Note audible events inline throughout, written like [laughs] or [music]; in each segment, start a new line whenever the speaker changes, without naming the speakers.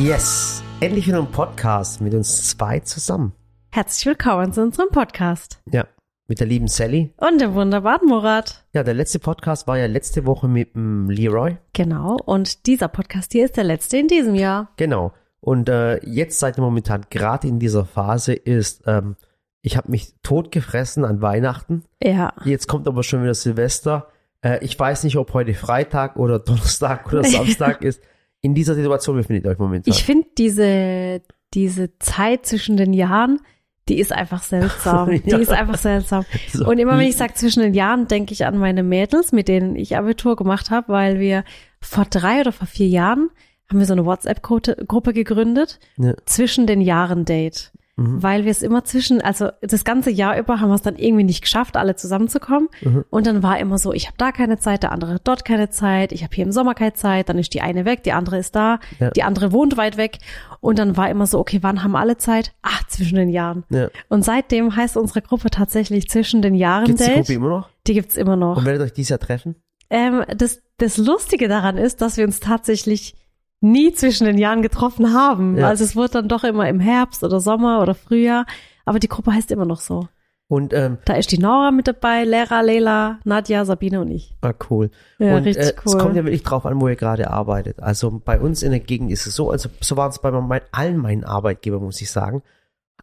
Yes! Endlich wieder ein Podcast mit uns zwei zusammen.
Herzlich willkommen zu unserem Podcast
Ja, mit der lieben Sally.
und dem wunderbaren Murat.
Ja, der letzte Podcast war ja letzte Woche mit dem Leroy.
Genau, und dieser Podcast hier ist der letzte in diesem Jahr.
Genau. Und äh, jetzt seid ihr momentan gerade in dieser Phase ist, ähm, ich habe mich totgefressen an Weihnachten.
Ja.
Jetzt kommt aber schon wieder Silvester. Äh, ich weiß nicht, ob heute Freitag oder [laughs] Donnerstag oder Samstag ist. In dieser Situation befindet ihr euch momentan.
Ich finde diese, diese Zeit zwischen den Jahren, die ist einfach [laughs] seltsam.
Ja.
Die ist einfach seltsam. [laughs]
So.
Und immer wenn ich sage zwischen den Jahren, denke ich an meine Mädels, mit denen ich Abitur gemacht habe, weil wir vor drei oder vor vier Jahren haben wir so eine WhatsApp-Gruppe Gruppe gegründet,
Ja.
zwischen den Jahren Date.
Mhm.
Weil wir es immer zwischen, also das ganze Jahr über haben wir es dann irgendwie nicht geschafft, alle zusammenzukommen.
Mhm.
Und dann war immer so, ich habe da keine Zeit, der andere hat dort keine Zeit, ich habe hier im Sommer keine Zeit, dann ist die eine weg, die andere ist da,
Ja.
die andere wohnt weit weg. Und dann war immer so, okay, wann haben alle Zeit? Ach, zwischen den Jahren.
Ja.
Und seitdem heißt unsere Gruppe tatsächlich zwischen den Jahren
Gibt's die
Date.
Gruppe
Die,
immer noch?
gibt's immer noch.
Und werdet ihr euch dieses Jahr treffen?
Ähm, das, das Lustige daran ist, dass wir uns tatsächlich nie zwischen den Jahren getroffen haben.
Ja.
Also es wurde dann doch immer im Herbst oder Sommer oder Frühjahr. Aber die Gruppe heißt immer noch so.
Und ähm,
Da ist die Nora mit dabei, Lera, Lela, Nadja, Sabine und ich.
Ah, cool.
Ja,
und
richtig
äh, es
cool.
kommt ja wirklich drauf an, wo ihr gerade arbeitet. Also bei uns in der Gegend ist es so, also so war es bei mein, allen meinen Arbeitgebern, muss ich sagen.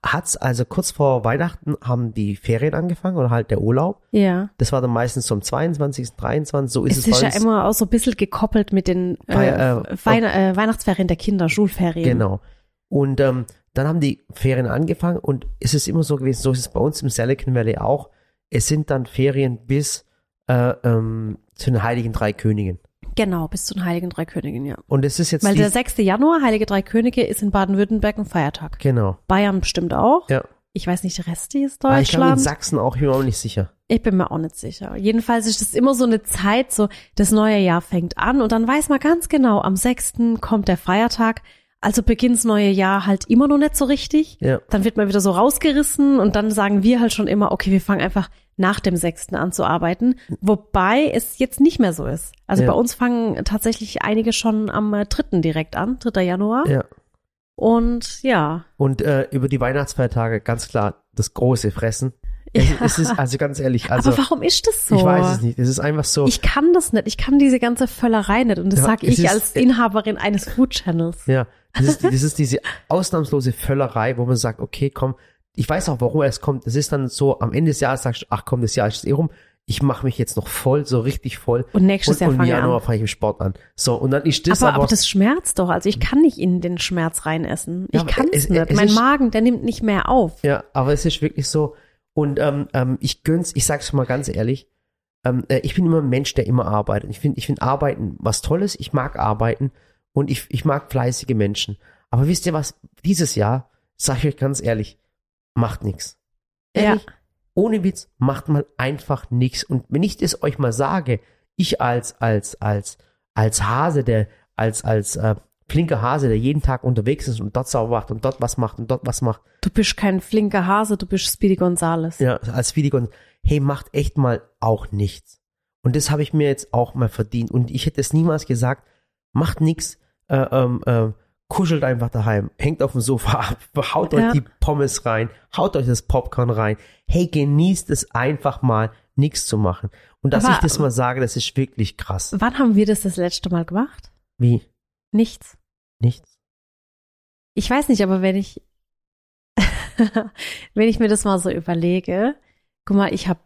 Hat's also kurz vor Weihnachten haben die Ferien angefangen oder halt der Urlaub.
Ja.
Das war dann meistens so am 22., 23. So ist
Es
es,
ist
bei
ja
uns.
immer auch so ein bisschen gekoppelt mit den äh,
Bei, äh,
Weihn äh, Weihnachtsferien der Kinder, Schulferien.
Genau. Und ähm, dann haben die Ferien angefangen und es ist immer so gewesen, so ist es bei uns im Silicon Valley auch. Es sind dann Ferien bis äh, ähm, zu den Heiligen Drei Königen.
Genau, bis zu den Heiligen Drei Königen, ja.
Und es ist jetzt
Weil
dies-
der 6. Januar, Heilige Drei Könige, ist in Baden-Württemberg ein Feiertag.
genau.
Bayern bestimmt auch.
Ja.
Ich weiß nicht, der Rest ist
Ah, Ich glaube in
Deutschland.
Sachsen auch, ich bin mir auch nicht sicher.
Ich bin mir auch nicht sicher. Jedenfalls ist es immer so eine Zeit, so das neue Jahr fängt an und dann weiß man ganz genau, am 6. kommt der Feiertag, also beginnt das neue Jahr halt immer noch nicht so richtig.
Ja.
Dann wird man wieder so rausgerissen und dann sagen wir halt schon immer, okay, wir fangen einfach nach dem 6. an zu arbeiten, wobei es jetzt nicht mehr so ist. Also
Ja.
bei uns fangen tatsächlich einige schon am äh, 3. direkt an, 3. Januar.
Ja.
Und ja,
Und äh, über die Weihnachtsfeiertage, ganz klar, das große Fressen. Es, es ist, also ganz
[laughs]
ehrlich, also
aber warum ist das so?
ich weiß es nicht. Es ist einfach so.
Ich kann das nicht. Ich kann diese ganze Völlerei nicht. Und das
Oh. Ja,
sag sage
es
ich
ist- äh
als Inhaberin eines Food Channels.
ja, das ist, das ist diese ausnahmslose Völlerei, wo man sagt, okay, komm, ich weiß auch, warum es kommt. Es ist dann so, am Ende des Jahres sagst du, ach komm, das Jahr ist eh rum. Ich mache mich jetzt noch voll, so richtig voll.
Und nächstes
und,
Jahr
und im
fange ich an.
Januar fange ich im Sport an. So, und dann ist das
aber,
aber,
aber das schmerzt doch. Also ich kann nicht in den Schmerz reinessen.
Ja,
ich
aber
kann
es-
es nicht.
es
mein
ist-
Magen, der nimmt nicht mehr auf.
Ja, aber es ist wirklich so. Und ähm, ähm, ich gönn's, ich sag's mal ganz ehrlich, ähm, äh, ich bin immer ein Mensch, der immer arbeitet. Ich finde ich find Arbeiten was Tolles, ich mag Arbeiten und ich, ich mag fleißige Menschen. Aber wisst ihr was, dieses Jahr, sag ich euch ganz ehrlich, macht nix. Ehrlich, ohne Witz, macht mal einfach nix. Und wenn ich das euch mal sage, ich als, als, als, als Hase, der, als, als äh, flinker Hase, der jeden Tag unterwegs ist und dort sauber macht und dort was macht und dort was macht,
Du bist kein flinker Hase, du bist Speedy Gonzales.
ja, als Filigons, hey, macht echt mal auch nichts. Und das habe ich mir jetzt auch mal verdient. Und ich hätte es niemals gesagt, macht nichts, äh, ähm, äh, kuschelt einfach daheim, hängt auf dem Sofa ab, [laughs] haut
Ja.
euch die Pommes rein, haut euch das Popcorn rein. Hey, genießt es einfach mal, nichts zu machen. Und dass
Aber-
ich das mal sage, das ist wirklich krass.
Wann haben wir das das letzte Mal gemacht?
Wie?
Nichts.
Nichts?
Ich weiß nicht, aber wenn ich, [laughs] wenn ich mir das mal so überlege, guck mal, ich habe,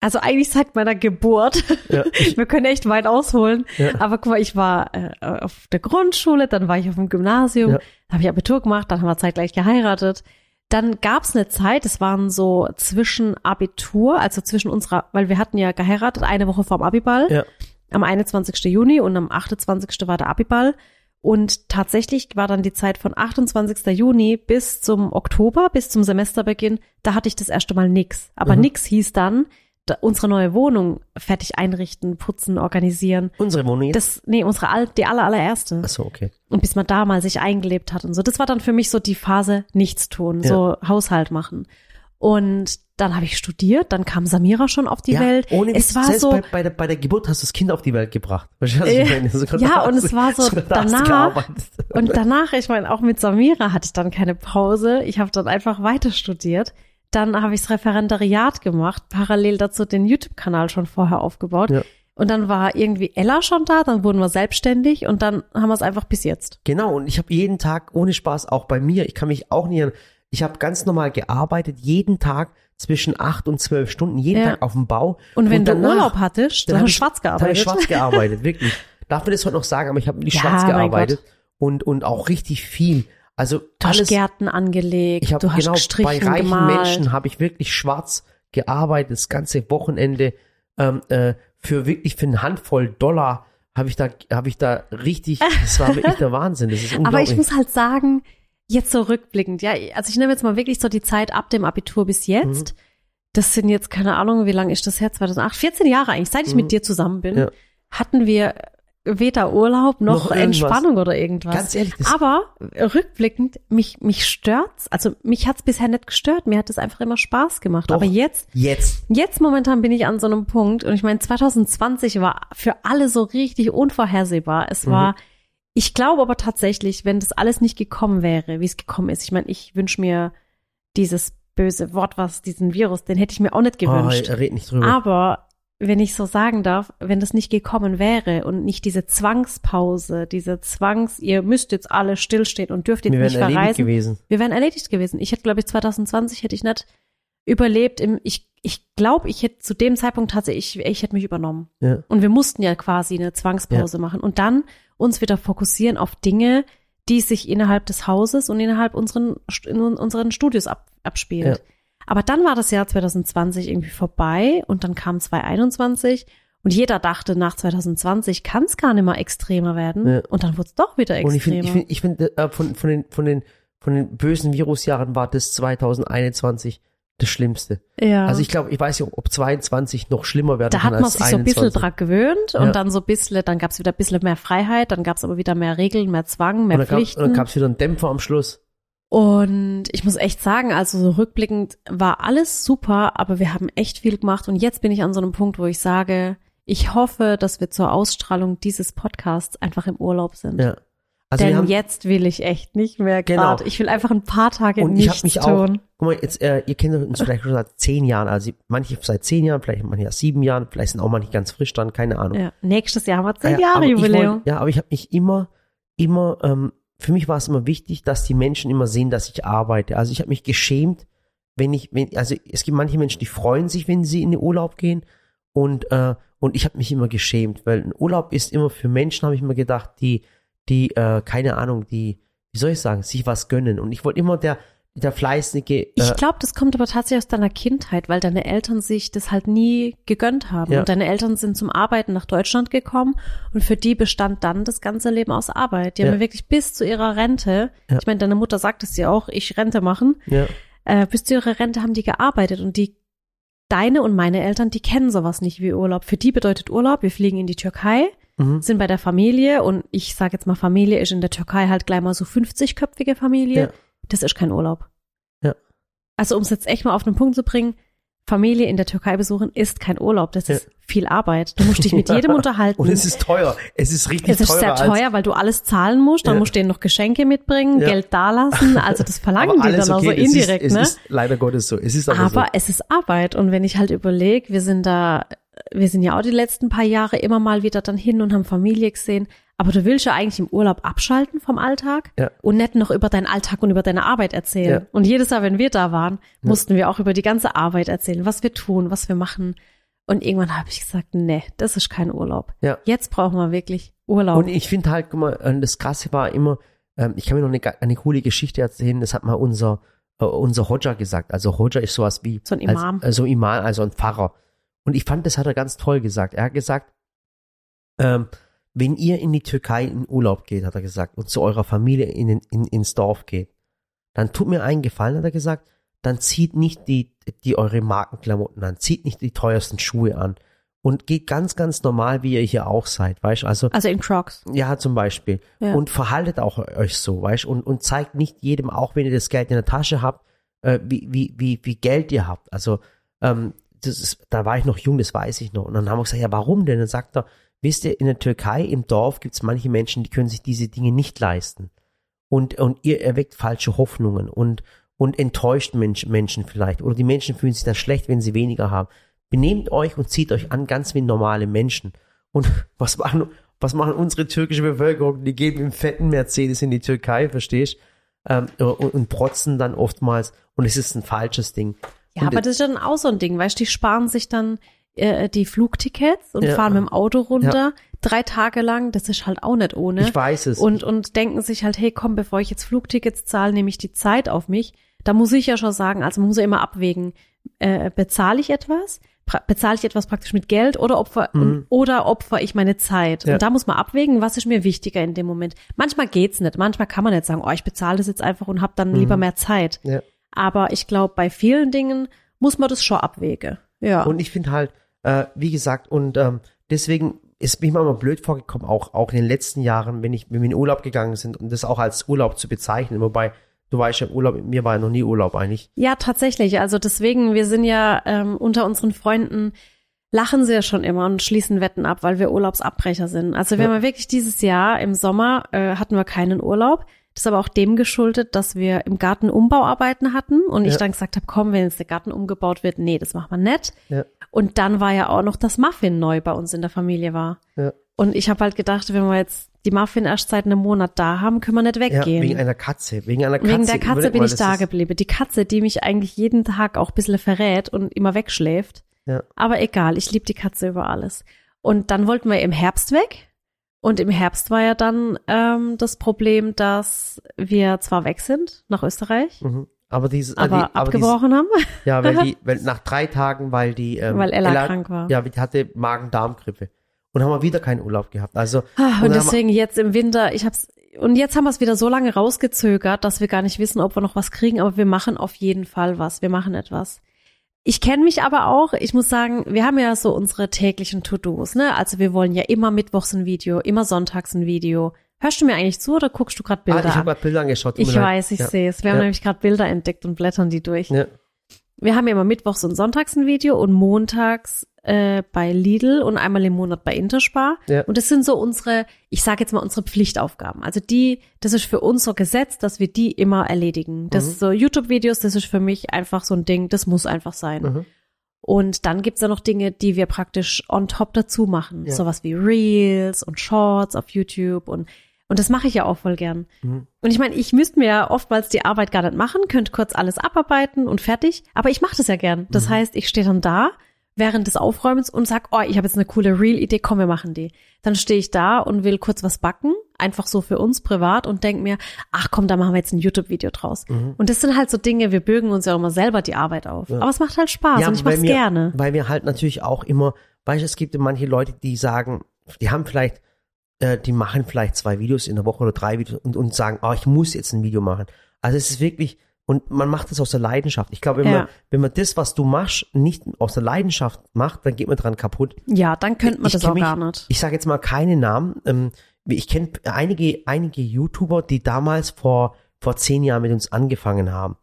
also eigentlich seit meiner Geburt, [laughs]
Ja, ich,
wir können echt weit ausholen,
ja,
[laughs] Aber guck mal, ich war äh, auf der Grundschule, dann war ich auf dem Gymnasium,
Ja.
dann habe ich Abitur gemacht, dann haben wir zeitgleich geheiratet. Dann gab's eine Zeit, es waren so zwischen Abitur, also zwischen unserer, weil wir hatten ja geheiratet, eine Woche vorm Abiball,
Ja.
am 21. Juni und am 28. war der Abiball. Und tatsächlich war dann die Zeit von 28. Juni bis zum Oktober, bis zum Semesterbeginn, da hatte ich das erste Mal nix. Aber
Mhm.
nix hieß dann, da, unsere neue Wohnung fertig einrichten, putzen, organisieren.
unsere Wohnung jetzt?
Das, nee, unsere Al die aller, allererste.
Achso, okay.
Und bis man da mal sich eingelebt hat und so. Das war dann für mich so die Phase nichts tun, so Haushalt machen. Und dann habe ich studiert, dann kam Samira schon auf die
ja,
Welt.
Ohne
es
Witz,
war
selbst
so,
bei, bei, der, bei der Geburt hast du das Kind auf die Welt gebracht. [laughs] Verstehst du, was
Ja.
ich meine? Sogar
Ja,
da
und
hast
es
du-
war so
sogar da hast du
danach-
gearbeitet.
Und danach, ich meine, auch mit Samira hatte ich dann keine Pause. Ich habe dann einfach weiter studiert. Dann habe ich das Referendariat gemacht, parallel dazu den YouTube-Kanal schon vorher aufgebaut.
Ja.
Und dann war irgendwie Ella schon da, dann wurden wir selbstständig und dann haben wir es einfach bis jetzt.
Genau, und ich habe jeden Tag, ohne Spaß, auch bei mir, ich kann mich auch nicht erinnern, ich habe ganz normal gearbeitet, jeden Tag zwischen acht und zwölf Stunden, jeden
Ja.
Tag auf dem Bau.
Und wenn du
danach-
Urlaub hattest, dann
hab
hast du schwarz
dann hab
gearbeitet.
ich schwarz
[laughs]
gearbeitet, wirklich. Darf man das heute noch sagen, aber ich habe wirklich
Ja,
schwarz
mein
gearbeitet und, und auch richtig viel. Also
du hast
alles,
Gärten angelegt,
ich habe
du hast
genau bei
gestrichen,
reichen
gemalt.
Menschen habe ich wirklich schwarz gearbeitet, das ganze Wochenende ähm, äh, für wirklich für eine Handvoll Dollar habe ich da habe ich da richtig, das war wirklich der Wahnsinn, das ist
[laughs] Aber
unglaublich.
ich muss halt sagen, jetzt so rückblickend, ja, also ich nehme jetzt mal wirklich so die Zeit ab dem Abitur bis jetzt.
Mhm.
Das sind jetzt, keine Ahnung, wie lange ist das her? 2008, 14 Jahre eigentlich, seit ich mit dir zusammen bin,
Mhm. Ja.
hatten wir weder Urlaub noch,
Noch irgendwas.
Entspannung oder irgendwas.
Ganz ehrlich, das-
Aber rückblickend, mich, mich stört's, also mich hat's bisher nicht gestört, mir hat es einfach immer Spaß gemacht.
Doch.
Aber jetzt
Jetzt
Jetzt momentan bin ich an so einem Punkt und ich meine, 2020 war für alle so richtig unvorhersehbar. Es war, ich glaube aber tatsächlich, wenn das alles nicht gekommen wäre, wie es gekommen ist. Ich meine, ich wünsche mir dieses böse Wort, was diesen Virus, den hätte ich mir auch nicht gewünscht.
Oh, red nicht drüber.
aber wenn ich so sagen darf, wenn das nicht gekommen wäre und nicht diese Zwangspause, diese Zwangs, ihr müsst jetzt alle stillstehen und dürft jetzt
wir
nicht
wären erledigt
verreisen,
gewesen.
wir wären erledigt gewesen. Ich hätte, glaube ich, 2020 hätte ich nicht überlebt. Im, ich ich glaube, ich hätte zu dem Zeitpunkt tatsächlich, ich, ich hätte mich übernommen.
Ja.
Und wir mussten ja quasi eine Zwangspause machen und dann uns wieder fokussieren auf Dinge, die sich innerhalb des Hauses und innerhalb unseren, in unseren Studios ab, abspielen.
Ja.
Aber dann war das Jahr 2020 irgendwie vorbei und dann kam 2021 und jeder dachte, nach 2020 kann es gar nicht mehr extremer werden.
Ja.
Und dann wurde es doch wieder
Und ich
extremer.
finde, ich finde, ich finde, äh, von, von den, von den, von den bösen Virusjahren war das 2021 das Schlimmste.
ja.
Also ich glaube, ich weiß nicht, ob 22 noch schlimmer werden
da
kann
hat man
als
sich so ein
21.
bisschen dran gewöhnt
Ja.
und dann so ein bisschen, dann gab es wieder ein bisschen mehr Freiheit, dann gab es aber wieder mehr Regeln, mehr Zwang, mehr
und dann gab, und
Pflichten.
dann gab's wieder einen Dämpfer am Schluss.
und ich muss echt sagen, also so rückblickend war alles super, aber wir haben echt viel gemacht und jetzt bin ich an so einem Punkt, wo ich sage, ich hoffe, dass wir zur Ausstrahlung dieses Podcasts einfach im Urlaub sind.
Ja. Also
Denn
wir haben,
jetzt will ich echt nicht mehr
Genau.
gerade. Ich will einfach ein paar Tage
und ich habe
nichts
mich auch,
tun.
guck mal, jetzt, äh, ihr kennt uns vielleicht schon seit zehn Jahren, also manche seit zehn Jahren, vielleicht manche seit sieben Jahren, vielleicht sind auch manche ganz frisch dran, keine Ahnung.
Ja. Nächstes Jahr haben wir
Ja,
zehn
Ah ja,
Jahre
aber ich
Jubiläum.
wollt- Ja, aber ich habe mich immer, immer, ähm, für mich war es immer wichtig, dass die Menschen immer sehen, dass ich arbeite. Also ich habe mich geschämt, wenn ich, wenn, also es gibt manche Menschen, die freuen sich, wenn sie in den Urlaub gehen und, äh, und ich habe mich immer geschämt, weil ein Urlaub ist immer für Menschen, habe ich immer gedacht, die, die, äh, keine Ahnung, die, wie soll ich sagen, sich was gönnen. Und ich wollte immer der, der fleißige, äh,
Ich glaube, das kommt aber tatsächlich aus deiner Kindheit, weil deine Eltern sich das halt nie gegönnt haben.
Ja.
Und deine Eltern sind zum Arbeiten nach Deutschland gekommen und für die bestand dann das ganze Leben aus Arbeit. Die
Ja.
haben ja wirklich bis zu ihrer Rente,
Ja.
ich meine, deine Mutter sagt es ja auch, ich Rente machen,
ja,
äh, bis zu ihrer Rente haben die gearbeitet und die Deine und meine Eltern, die kennen sowas nicht wie Urlaub. Für die bedeutet Urlaub, wir fliegen in die Türkei,
mhm,
sind bei der Familie und ich sage jetzt mal, Familie ist in der Türkei halt gleich mal so 50-köpfige Familie.
Ja.
Das ist kein Urlaub.
Ja.
Also um es jetzt echt mal auf den Punkt zu bringen, Familie in der Türkei besuchen ist kein Urlaub, das
Ja.
ist viel Arbeit. Du musst dich
[laughs]
mit jedem unterhalten.
Und es ist teuer. Es ist richtig
Es ist
teurer
sehr
als-
teuer, weil du alles zahlen musst, dann
Ja.
musst du denen noch Geschenke mitbringen,
Ja.
Geld dalassen, also
[laughs]
das
aber
verlangen die
alles
dann auch so
okay. Es
indirekt,
ist,
ne?
Es ist leider Gottes so. Es ist aber, so.
aber es ist Arbeit und wenn ich halt überlege, wir sind da, wir sind ja auch die letzten paar Jahre immer mal wieder dann hin und haben Familie gesehen, aber du willst ja eigentlich im Urlaub abschalten vom Alltag
Ja.
und nicht noch über deinen Alltag und über deine Arbeit erzählen.
Ja.
Und jedes Jahr, wenn wir da waren, mussten wir auch über die ganze Arbeit erzählen, was wir tun, was wir machen. Und irgendwann habe ich gesagt, nee, das ist kein Urlaub.
Ja.
Jetzt brauchen wir wirklich Urlaub.
Und ich finde halt, guck mal, äh, das Krasse war immer, ähm, ich kann mir noch eine, ga- eine coole Geschichte erzählen, das hat mal unser, äh, unser Hodja gesagt. Also Hodja ist sowas wie.
So ein
als-
Imam.
äh, so ein Imam, also ein Pfarrer. Und ich fand, das hat er ganz toll gesagt. Er hat gesagt, ähm, wenn ihr in die Türkei in Urlaub geht, hat er gesagt, und zu eurer Familie in, den- in, ins Dorf geht, dann tut mir einen Gefallen, hat er gesagt, dann zieht nicht die, die eure Markenklamotten an, zieht nicht die teuersten Schuhe an und geht ganz, ganz normal, wie ihr hier auch seid, weißt Also
also in Crocs.
ja, zum Beispiel.
Ja.
Und verhaltet auch euch so, weißt und, und zeigt nicht jedem, auch wenn ihr das Geld in der Tasche habt, äh, wie, wie, wie, wie Geld ihr habt. Also, ähm, das ist, da war ich noch jung, das weiß ich noch. Und dann haben wir gesagt, ja, warum denn? Dann sagt er, wisst ihr, in der Türkei, im Dorf gibt es manche Menschen, die können sich diese Dinge nicht leisten. und, und ihr erweckt falsche Hoffnungen und, und enttäuscht Mensch, Menschen vielleicht. Oder die Menschen fühlen sich dann schlecht, wenn sie weniger haben. Benehmt euch und zieht euch an, ganz wie normale Menschen. Und [laughs] was machen, was machen unsere türkische Bevölkerung? Die gehen mit dem fetten Mercedes in die Türkei, verstehst ähm, und, und protzen dann oftmals. Und es ist ein falsches Ding.
Ja,
und
aber das ist dann auch so ein Ding, weißt du, die sparen sich dann äh, die Flugtickets und
Ja.
fahren mit dem Auto runter, drei Tage lang, das ist halt auch nicht ohne.
ich weiß es.
und, und denken sich halt, hey, komm, bevor ich jetzt Flugtickets zahle, nehme ich die Zeit auf mich. Da muss ich ja schon sagen, also man muss ja immer abwägen, äh, bezahle ich etwas? Pra bezahle ich etwas praktisch mit Geld oder opfer, oder opfer ich meine Zeit?
Mhm. Ja.
Und da muss man abwägen, was ist mir wichtiger in dem Moment. Manchmal geht's nicht. Manchmal kann man nicht sagen, oh, ich bezahle das jetzt einfach und habe
Mhm.
dann lieber mehr Zeit.
ja.
Aber ich glaube, bei vielen Dingen muss man das schon abwägen. Ja.
Und ich finde halt, äh, wie gesagt, und ähm, deswegen ist mich manchmal blöd vorgekommen, auch, auch in den letzten Jahren, wenn, ich, wenn wir in Urlaub gegangen sind und das auch als Urlaub zu bezeichnen. Wobei, du weißt ja, Urlaub mit mir war ja noch nie Urlaub eigentlich.
Ja, tatsächlich. Also deswegen, wir sind ja ähm, unter unseren Freunden, lachen sie ja schon immer und schließen Wetten ab, weil wir Urlaubsabbrecher sind. Also wir
Ja.
haben ja wirklich dieses Jahr im Sommer äh, hatten wir keinen Urlaub. Das ist aber auch dem geschuldet, dass wir im Garten Umbauarbeiten hatten und ich
Ja.
dann gesagt habe, komm, wenn jetzt der Garten umgebaut wird, nee, das machen wir nicht.
Ja.
Und dann war ja auch noch, dass Muffin neu bei uns in der Familie war.
Ja.
Und ich habe halt gedacht, wenn wir jetzt die Muffin erst seit einem Monat da haben, können wir nicht
Ja,
weggehen.
wegen einer Katze. Wegen einer Katze.
Wegen der Katze
Überleg
bin
mal,
ich
das
da
ist-
geblieben. Die Katze, die mich eigentlich jeden Tag auch ein bisschen verrät und immer wegschläft.
Ja.
Aber egal, ich liebe die Katze über alles. Und dann wollten wir im Herbst weg. Und im Herbst war ja dann ähm, das Problem, dass wir zwar weg sind nach Österreich,
Mhm. Aber dieses, ah,
aber
die, aber dieses
abgebrochen haben.
Ja, weil
[laughs]
die, weil nach drei Tagen, weil die ähm,
Weil Ella krank war.
Ja, die hatte Magen-Darm-Grippe. Und haben wir wieder keinen Urlaub gehabt. Also
Ah,
dann
Und
haben wir-
deswegen jetzt im Winter, ich hab's. Und jetzt haben wir es wieder so lange rausgezögert, dass wir gar nicht wissen, ob wir noch was kriegen, aber wir machen auf jeden Fall was. Wir machen etwas. Ich kenne mich aber auch, ich muss sagen, wir haben ja so unsere täglichen To-Dos, ne? Also wir wollen ja immer mittwochs ein Video, immer sonntags ein Video. Hörst du mir eigentlich zu oder guckst du gerade
ah,
Bilder?
ich habe
an?
mal Bilder angeschaut. tut
ich
mir leid.
weiß, ich
ja.
sehe es. Wir haben
Ja.
nämlich gerade Bilder entdeckt und blättern die durch.
Ja.
Wir haben ja immer mittwochs und sonntags ein Video und montags äh, bei Lidl und einmal im Monat bei Interspar.
Ja.
Und das sind so unsere, ich sage jetzt mal unsere Pflichtaufgaben. Also die, das ist für uns so gesetzt, dass wir die immer erledigen. Das
Mhm.
so YouTube-Videos, das ist für mich einfach so ein Ding, das muss einfach sein.
Mhm.
Und dann gibt's ja noch Dinge, die wir praktisch on top dazu machen.
Ja.
Sowas wie Reels und Shorts auf YouTube und, und das mache ich ja auch voll gern.
Mhm.
Und ich meine, ich müsste mir ja oftmals die Arbeit gar nicht machen, könnte kurz alles abarbeiten und fertig, aber ich mache das ja gern.
Mhm.
Das heißt, ich stehe dann da während des Aufräumens und sag, oh, ich habe jetzt eine coole Reel-Idee, komm, wir machen die. Dann stehe ich da und will kurz was backen, einfach so für uns privat und denk mir, ach komm, da machen wir jetzt ein YouTube-Video draus.
Mhm.
Und das sind halt so Dinge, wir bürgen uns ja auch immer selber die Arbeit auf. Aber es macht halt Spaß und ich
weil
mach's
wir,
gerne.
Weil wir halt natürlich auch immer, weißt du, es gibt manche Leute, die sagen, die haben vielleicht, äh, die machen vielleicht zwei Videos in der Woche oder drei Videos und, und sagen, oh, ich muss jetzt ein Video machen. Also es ist wirklich, und man macht das aus der Leidenschaft. Ich glaube, wenn,
Ja.
man, wenn man das, was du machst, nicht aus der Leidenschaft macht, dann geht man dran kaputt.
Ja, dann könnte man
Ich
das
kenn
auch
mich-
gar nicht.
Ich sage jetzt mal keine Namen. Ähm, ich kenne einige, einige YouTuber, die damals vor, vor zehn Jahren mit uns angefangen haben.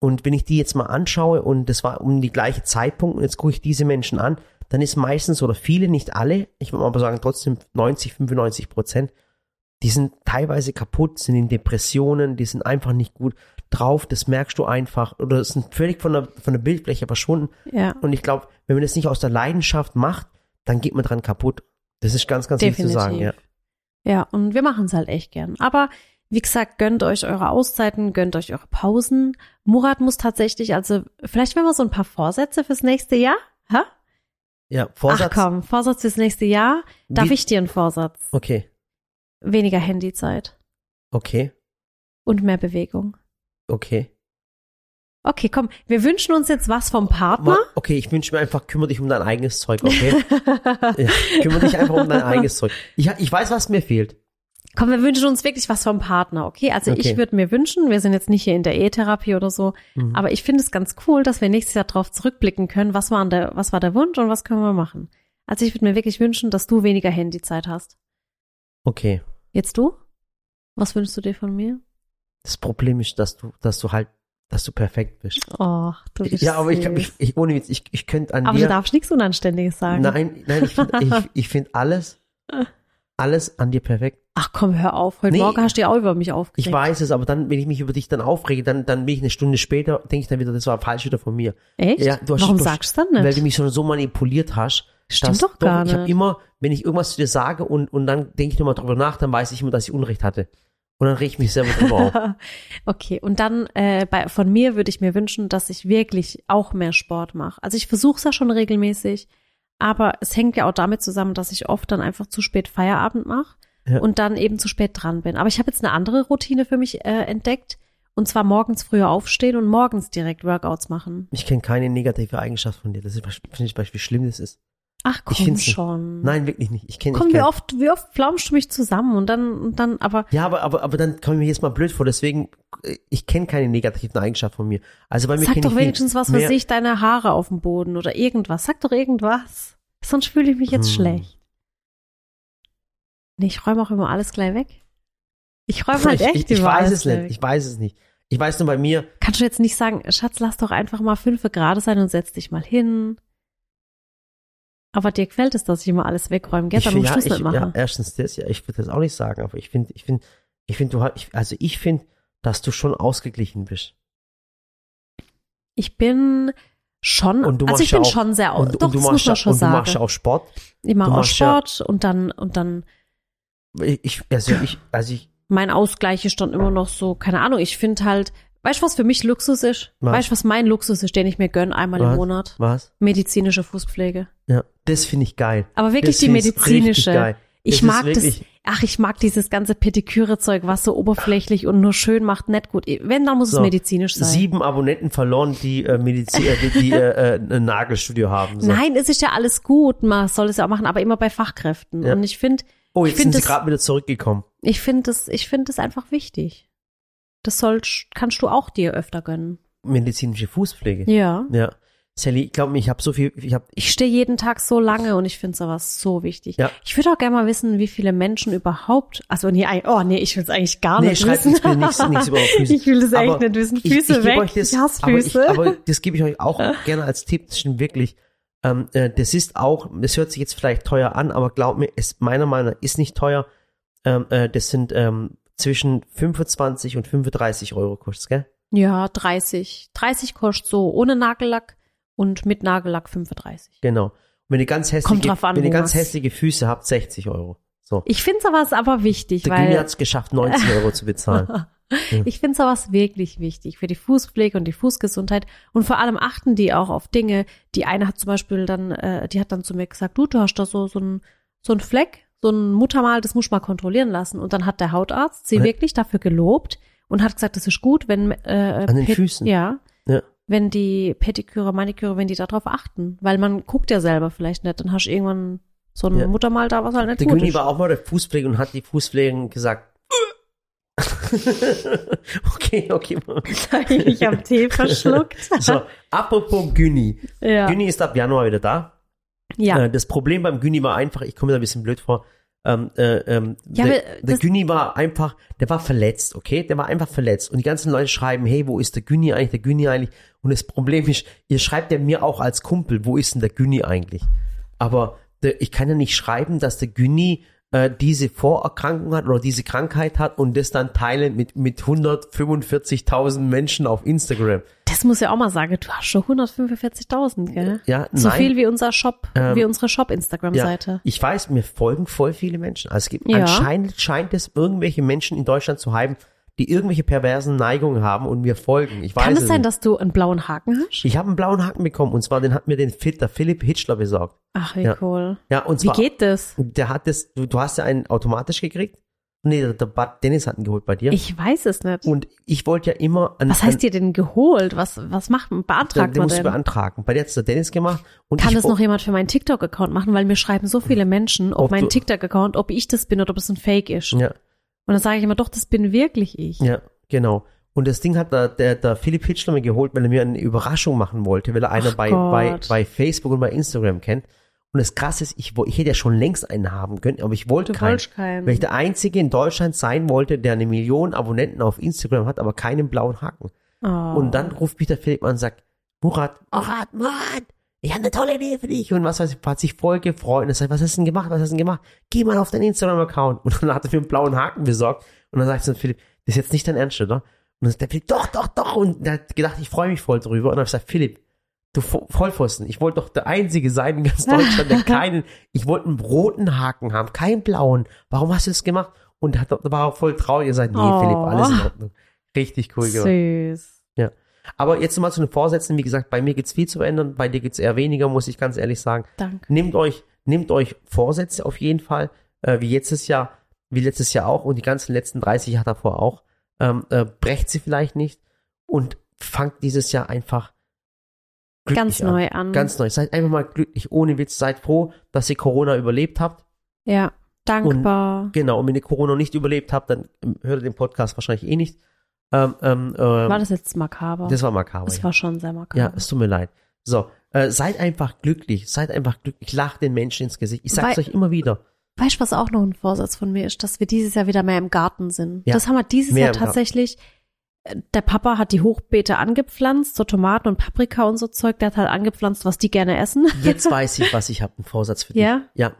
Und wenn ich die jetzt mal anschaue und das war um die gleiche Zeitpunkt und jetzt gucke ich diese Menschen an, dann ist meistens oder viele, nicht alle, ich würde mal aber sagen trotzdem 90, 95 Prozent, die sind teilweise kaputt, sind in Depressionen, die sind einfach nicht gut drauf, das merkst du einfach oder sind völlig von der, von der Bildfläche verschwunden.
Ja,
Und ich glaube, wenn man das nicht aus der Leidenschaft macht, dann geht man dran kaputt. Das ist ganz, ganz wichtig zu
definitiv.
sagen. Ja.
ja, und wir machen's halt echt gern. Aber wie gesagt, gönnt euch eure Auszeiten, gönnt euch eure Pausen. Murat muss tatsächlich, also vielleicht wenn wir so ein paar Vorsätze fürs nächste Jahr. Hä?
ja, Vorsatz.
Ach komm, Vorsatz fürs nächste Jahr. Darf
Wie-
ich dir einen Vorsatz?
Okay,
Weniger Handyzeit
okay,
und mehr Bewegung.
okay.
Okay, komm, wir wünschen uns jetzt was vom Partner.
Ma- Okay, ich wünsche mir einfach, kümmere dich um dein eigenes Zeug,
[laughs]
okay? ja, kümmere dich einfach um dein eigenes Zeug. Ich, ich weiß, was mir fehlt.
Komm, wir wünschen uns wirklich was vom Partner, okay? Also ich
Okay. Mhm.
würde mir wünschen, wir sind jetzt nicht hier in der E-Therapie oder so, aber ich finde es ganz cool, dass wir nächstes Jahr darauf zurückblicken können, was war, an der, was war der Wunsch und was können wir machen. Also ich würde mir wirklich wünschen, dass du weniger Handyzeit hast.
Okay.
Jetzt du? Was wünschst du dir von mir?
Das Problem ist, dass du, dass du halt, dass du perfekt bist.
Oh, du bist
Ja, aber ich,
süß.
ich, ich ohne Witz, ich, ich könnte an
Aber du
dir.
darfst nichts Unanständiges sagen. [laughs]
Nein, nein, ich finde ich, ich find alles, alles an dir perfekt.
Ach komm, hör auf. Heute
Nee.
Morgen hast du ja auch über mich
Ich
aufgeregt.
weiß es, aber dann, wenn ich mich über dich dann aufrege, dann, dann bin ich eine Stunde später, denke ich dann wieder, das war falsch wieder von mir.
Echt?
Ja, du hast-
Warum
du hast-
sagst du dann
Weil
nicht?
du mich schon so manipuliert hast.
Stimmt doch gar
Ich habe
nicht.
immer, wenn ich irgendwas zu dir sage und, und dann denke ich nochmal drüber nach, dann weiß ich immer, dass ich Unrecht hatte. Und dann reg ich mich selber drüber
[laughs]
auf.
Okay, und dann äh, bei, von mir würde ich mir wünschen, dass ich wirklich auch mehr Sport mache. Also ich versuche es ja schon regelmäßig, aber es hängt ja auch damit zusammen, dass ich oft dann einfach zu spät Feierabend mache
Ja.
und dann eben zu spät dran bin. Aber ich habe jetzt eine andere Routine für mich äh, entdeckt und zwar morgens früher aufstehen und morgens direkt Workouts machen.
Ich kenne keine negative Eigenschaft von dir. Das ist finde ich Beispiel, wie schlimm das ist.
Ach
Ich
komm
find's nicht.
schon.
Nein, wirklich nicht. Ich kenne
Komm, wie oft, wie oft flaumst du mich zusammen und dann, und dann, aber
Ja, aber, aber, aber dann komme ich mir jetzt mal blöd vor. Deswegen, äh, ich kenne keine negativen Eigenschaften von mir. Also bei mir
sag
kenn
doch
ich
wenigstens was, was
mehr,
ich deine Haare auf dem Boden oder irgendwas. Sag doch irgendwas. Sonst fühle ich mich jetzt
Hm.
schlecht. Nee, ich räume auch immer alles gleich weg. Ich
[laughs]
räume halt
ich,
echt
ich, [laughs] ich
immer
weiß
alles
es nicht.
weg.
Ich weiß es nicht. Ich weiß nur bei mir,
Kannst du jetzt nicht sagen, Schatz, lass doch einfach mal fünf gerade sein und setz dich mal hin. Aber dir gefällt es, dass ich immer alles wegräume, gell?
ich
Dann
find-
musst du es
ja,
nicht
ich, ja,
machen.
erstens das, ja, ich würde das auch nicht sagen, aber ich finde, ich finde, ich finde, du hast, ich, also ich finde, dass du schon ausgeglichen bist.
Ich bin schon,
Und du
also
machst
ich bin
ja auch-
schon sehr, au-
Und,
doch,
und du
das muss
machst
man
ja,
schon
und du machst ja
sagen.
auch Sport.
Ich
du
mache auch
machst ja-
Sport und dann, und dann
Ich, also ich, also ich,
mein Ausgleich ist dann immer noch so, keine Ahnung, ich finde halt, weißt du, was für mich Luxus ist?
Was?
Weißt du, was mein Luxus ist, den ich mir gönne einmal im
Was?
Monat?
was?
Medizinische Fußpflege.
Ja, das finde ich geil.
Aber wirklich
Das
die
finde ich richtig
medizinische.
geil.
Ich
Das ist
mag das,
wirklich-
ach, ich mag dieses ganze Pediküre-Zeug, was so oberflächlich und nur schön macht, nicht gut. Wenn, dann muss
So,
es medizinisch sein.
Sieben Abonnenten verloren, die äh, Medizin, äh, die, die äh, äh, ein Nagelstudio haben. So.
Nein, es ist ja alles gut, man soll es ja auch machen, aber immer bei Fachkräften.
Ja.
Und ich finde,
Oh,
ich
jetzt
find
sind sie
das-
gerade wieder zurückgekommen.
ich finde das, ich finde das einfach wichtig. Das sollst, kannst du auch dir öfter gönnen.
Medizinische Fußpflege.
Ja.
Ja. Sally, ich glaube, ich habe so viel, ich habe
Ich stehe jeden Tag so lange und ich finde sowas so wichtig.
Ja.
Ich würde auch gerne mal wissen, wie viele Menschen überhaupt. Also nee, ei- oh nee, ich will es eigentlich gar
Nee,
nicht
schreibt
wissen.
uns bitte
[laughs]
nichts- nichts über eure Füße.
Ich will das
Aber
eigentlich nicht wissen.
ich-
Füße
ich, geb
weg.
Euch das,
ich hasse
aber
Füße.
Ich, aber das gebe ich euch
[laughs]
auch gerne als Tipp. Das stimmt wirklich. Ähm, äh, das ist auch, das hört sich jetzt vielleicht teuer an, aber glaubt mir, es meiner Meinung nach ist nicht teuer. Ähm, äh, das sind ähm, zwischen 25 und 35 Euro kostet, gell?
ja, 30. 30 kostet so ohne Nagellack und mit Nagellack 35.
Genau. Wenn ihr ganz hässliche,
drauf an,
wenn ihr
wo
ganz
man's-
hässliche Füße habt, 60 Euro. So.
Ich finde sowas aber wichtig,
Der Günni
weil
hat es geschafft, 90 Euro zu
[laughs]
bezahlen.
ich finde sowas wirklich wichtig für die Fußpflege und die Fußgesundheit. Und vor allem achten die auch auf Dinge. Die eine hat zum Beispiel dann, äh, die hat dann zu mir gesagt, du, du hast da so, so ein, so ein Fleck, so ein Muttermal, das muss mal kontrollieren lassen. Und dann hat der Hautarzt sie
Ja.
wirklich dafür gelobt und hat gesagt, das ist gut, wenn, äh,
An den
Pet-
Füßen.
Ja.
Ja.
Wenn die Petiküre, Maniküre, wenn die darauf achten, weil man guckt ja selber vielleicht nicht, dann hast du irgendwann so ein
Ja.
Muttermal da, was halt nicht
Der
gut
Günni
ist. [laughs]
war auch mal der Fußpfleger und hat die Fußpflegerin gesagt. [laughs] okay, okay.
ich habe
[laughs]
Tee verschluckt. [laughs]
So, apropos Günni.
ja.
Günni ist ab Januar wieder da.
ja.
Äh, das Problem beim Günni war einfach, ich komme mir da ein bisschen blöd vor. Ähm, äh, ähm,
Ja,
der
aber
der
das-
Günni war einfach, der war verletzt, okay? Der war einfach verletzt. Und die ganzen Leute schreiben, hey, wo ist der Günni eigentlich, der Günni eigentlich? Und das Problem ist, ihr schreibt ja mir auch als Kumpel, wo ist denn der Günni eigentlich? Aber der, ich kann ja nicht schreiben, dass der Günni äh, diese Vorerkrankung hat oder diese Krankheit hat und das dann teilen mit, mit 145.000 Menschen auf Instagram.
Das muss ja auch mal sagen, du hast schon 145.000, gell?
Äh, Ja,
So
nein.
viel wie unser Shop,
Ähm,
wie unsere Shop-Instagram-Seite.
Ich weiß, mir folgen voll viele Menschen. Also es gibt
Ja.
anscheinend scheint es irgendwelche Menschen in Deutschland zu haben, die irgendwelche perversen Neigungen haben und mir folgen. Ich weiß
Kann es
es
sein,
nicht.
dass du einen blauen Haken hast?
Ich habe einen blauen Haken bekommen und zwar den hat mir den Fit, der Philipp Hitchler besorgt.
Ach, wie
Ja.
cool.
Ja, und
Wie
zwar
geht das?
der hat das du, du hast ja einen automatisch gekriegt? Nee, der, der Bad Dennis hat ihn geholt bei dir.
Ich weiß es nicht.
und ich wollte ja immer an
Was heißt dir denn geholt? Was, was macht man?
an,
Beantragt
den
man
musst du
denn?
beantragen. Bei dir hat es der Dennis gemacht und
Kann
ich
das
wo-
noch jemand für meinen TikTok-Account machen? Weil mir schreiben so viele Menschen, ob,
Ob du-
mein TikTok-Account, ob ich das bin oder ob es ein Fake ist.
ja.
Und dann sage ich immer, doch, das bin wirklich ich.
Ja, genau. Und das Ding hat der, der, der Philipp Hitchler mir geholt, weil er mir eine Überraschung machen wollte, weil er einer bei,
Gott.
bei, bei Facebook und bei Instagram kennt. Und das Krasse ist, ich, wo- ich hätte ja schon längst einen haben können, aber ich wollte
Du
keinen.
wolltest keinen.
Weil ich der Einzige in Deutschland sein wollte, der eine Million Abonnenten auf Instagram hat, aber keinen blauen Haken.
Oh.
Und dann ruft mich der Philipp an und sagt, Murat, Murat, Murat, ich habe eine tolle Idee für dich. Und was weiß ich, hat sich voll gefreut und er sagt, was hast du denn gemacht, was hast du denn gemacht? Geh mal auf deinen Instagram-Account. Und dann hat er mir einen blauen Haken besorgt. Und dann sagt so Philipp, das ist jetzt nicht dein Ernst, oder? Und dann sagt der Philipp, doch, doch, doch. Und er hat gedacht, ich freue mich voll drüber. Und dann habe ich gesagt, Philipp, du Vo- Vollpfosten, ich wollte doch der Einzige sein in [laughs] ganz Deutschland, der keinen, ich wollte einen roten Haken haben, keinen blauen. Warum hast du das gemacht? Und hat, war auch voll traurig. Er sagt, nee,
Oh.
Philipp, alles in Ordnung. Richtig cool gemacht.
Süß.
Aber jetzt mal zu den Vorsätzen. Wie gesagt, bei mir geht's viel zu ändern, bei dir geht's eher weniger, muss ich ganz ehrlich sagen.
Danke.
Nehmt euch, nehmt euch Vorsätze auf jeden Fall, äh, wie letztes Jahr, wie letztes Jahr auch und die ganzen letzten 30 Jahre davor auch. Ähm, äh, brecht sie vielleicht nicht und fangt dieses Jahr einfach glücklich
Ganz
an.
neu an.
Ganz neu. Seid einfach mal glücklich, ohne Witz. Seid froh, dass ihr Corona überlebt habt.
ja. Dankbar.
Genau, und wenn ihr Corona nicht überlebt habt, dann ähm, hört ihr den Podcast wahrscheinlich eh nicht. Ähm, ähm, ähm,
war das jetzt makaber?
das war makaber.
Das
ja.
war schon sehr makaber.
Ja, es tut mir leid. So, äh, seid einfach glücklich, seid einfach glücklich, lacht den Menschen ins Gesicht. Ich sag's
Weil-
euch immer wieder.
Weißt du, was auch noch ein Vorsatz von mir ist, dass wir dieses Jahr wieder mehr im Garten sind.
Ja,
Das haben wir dieses
mehr
Jahr
im Garten.
tatsächlich. äh, Der Papa hat die Hochbeete angepflanzt, so Tomaten und Paprika und so Zeug. Der hat halt angepflanzt, was die gerne essen.
Jetzt weiß ich, was ich habe, einen Vorsatz für dich.
Ja?
Ja.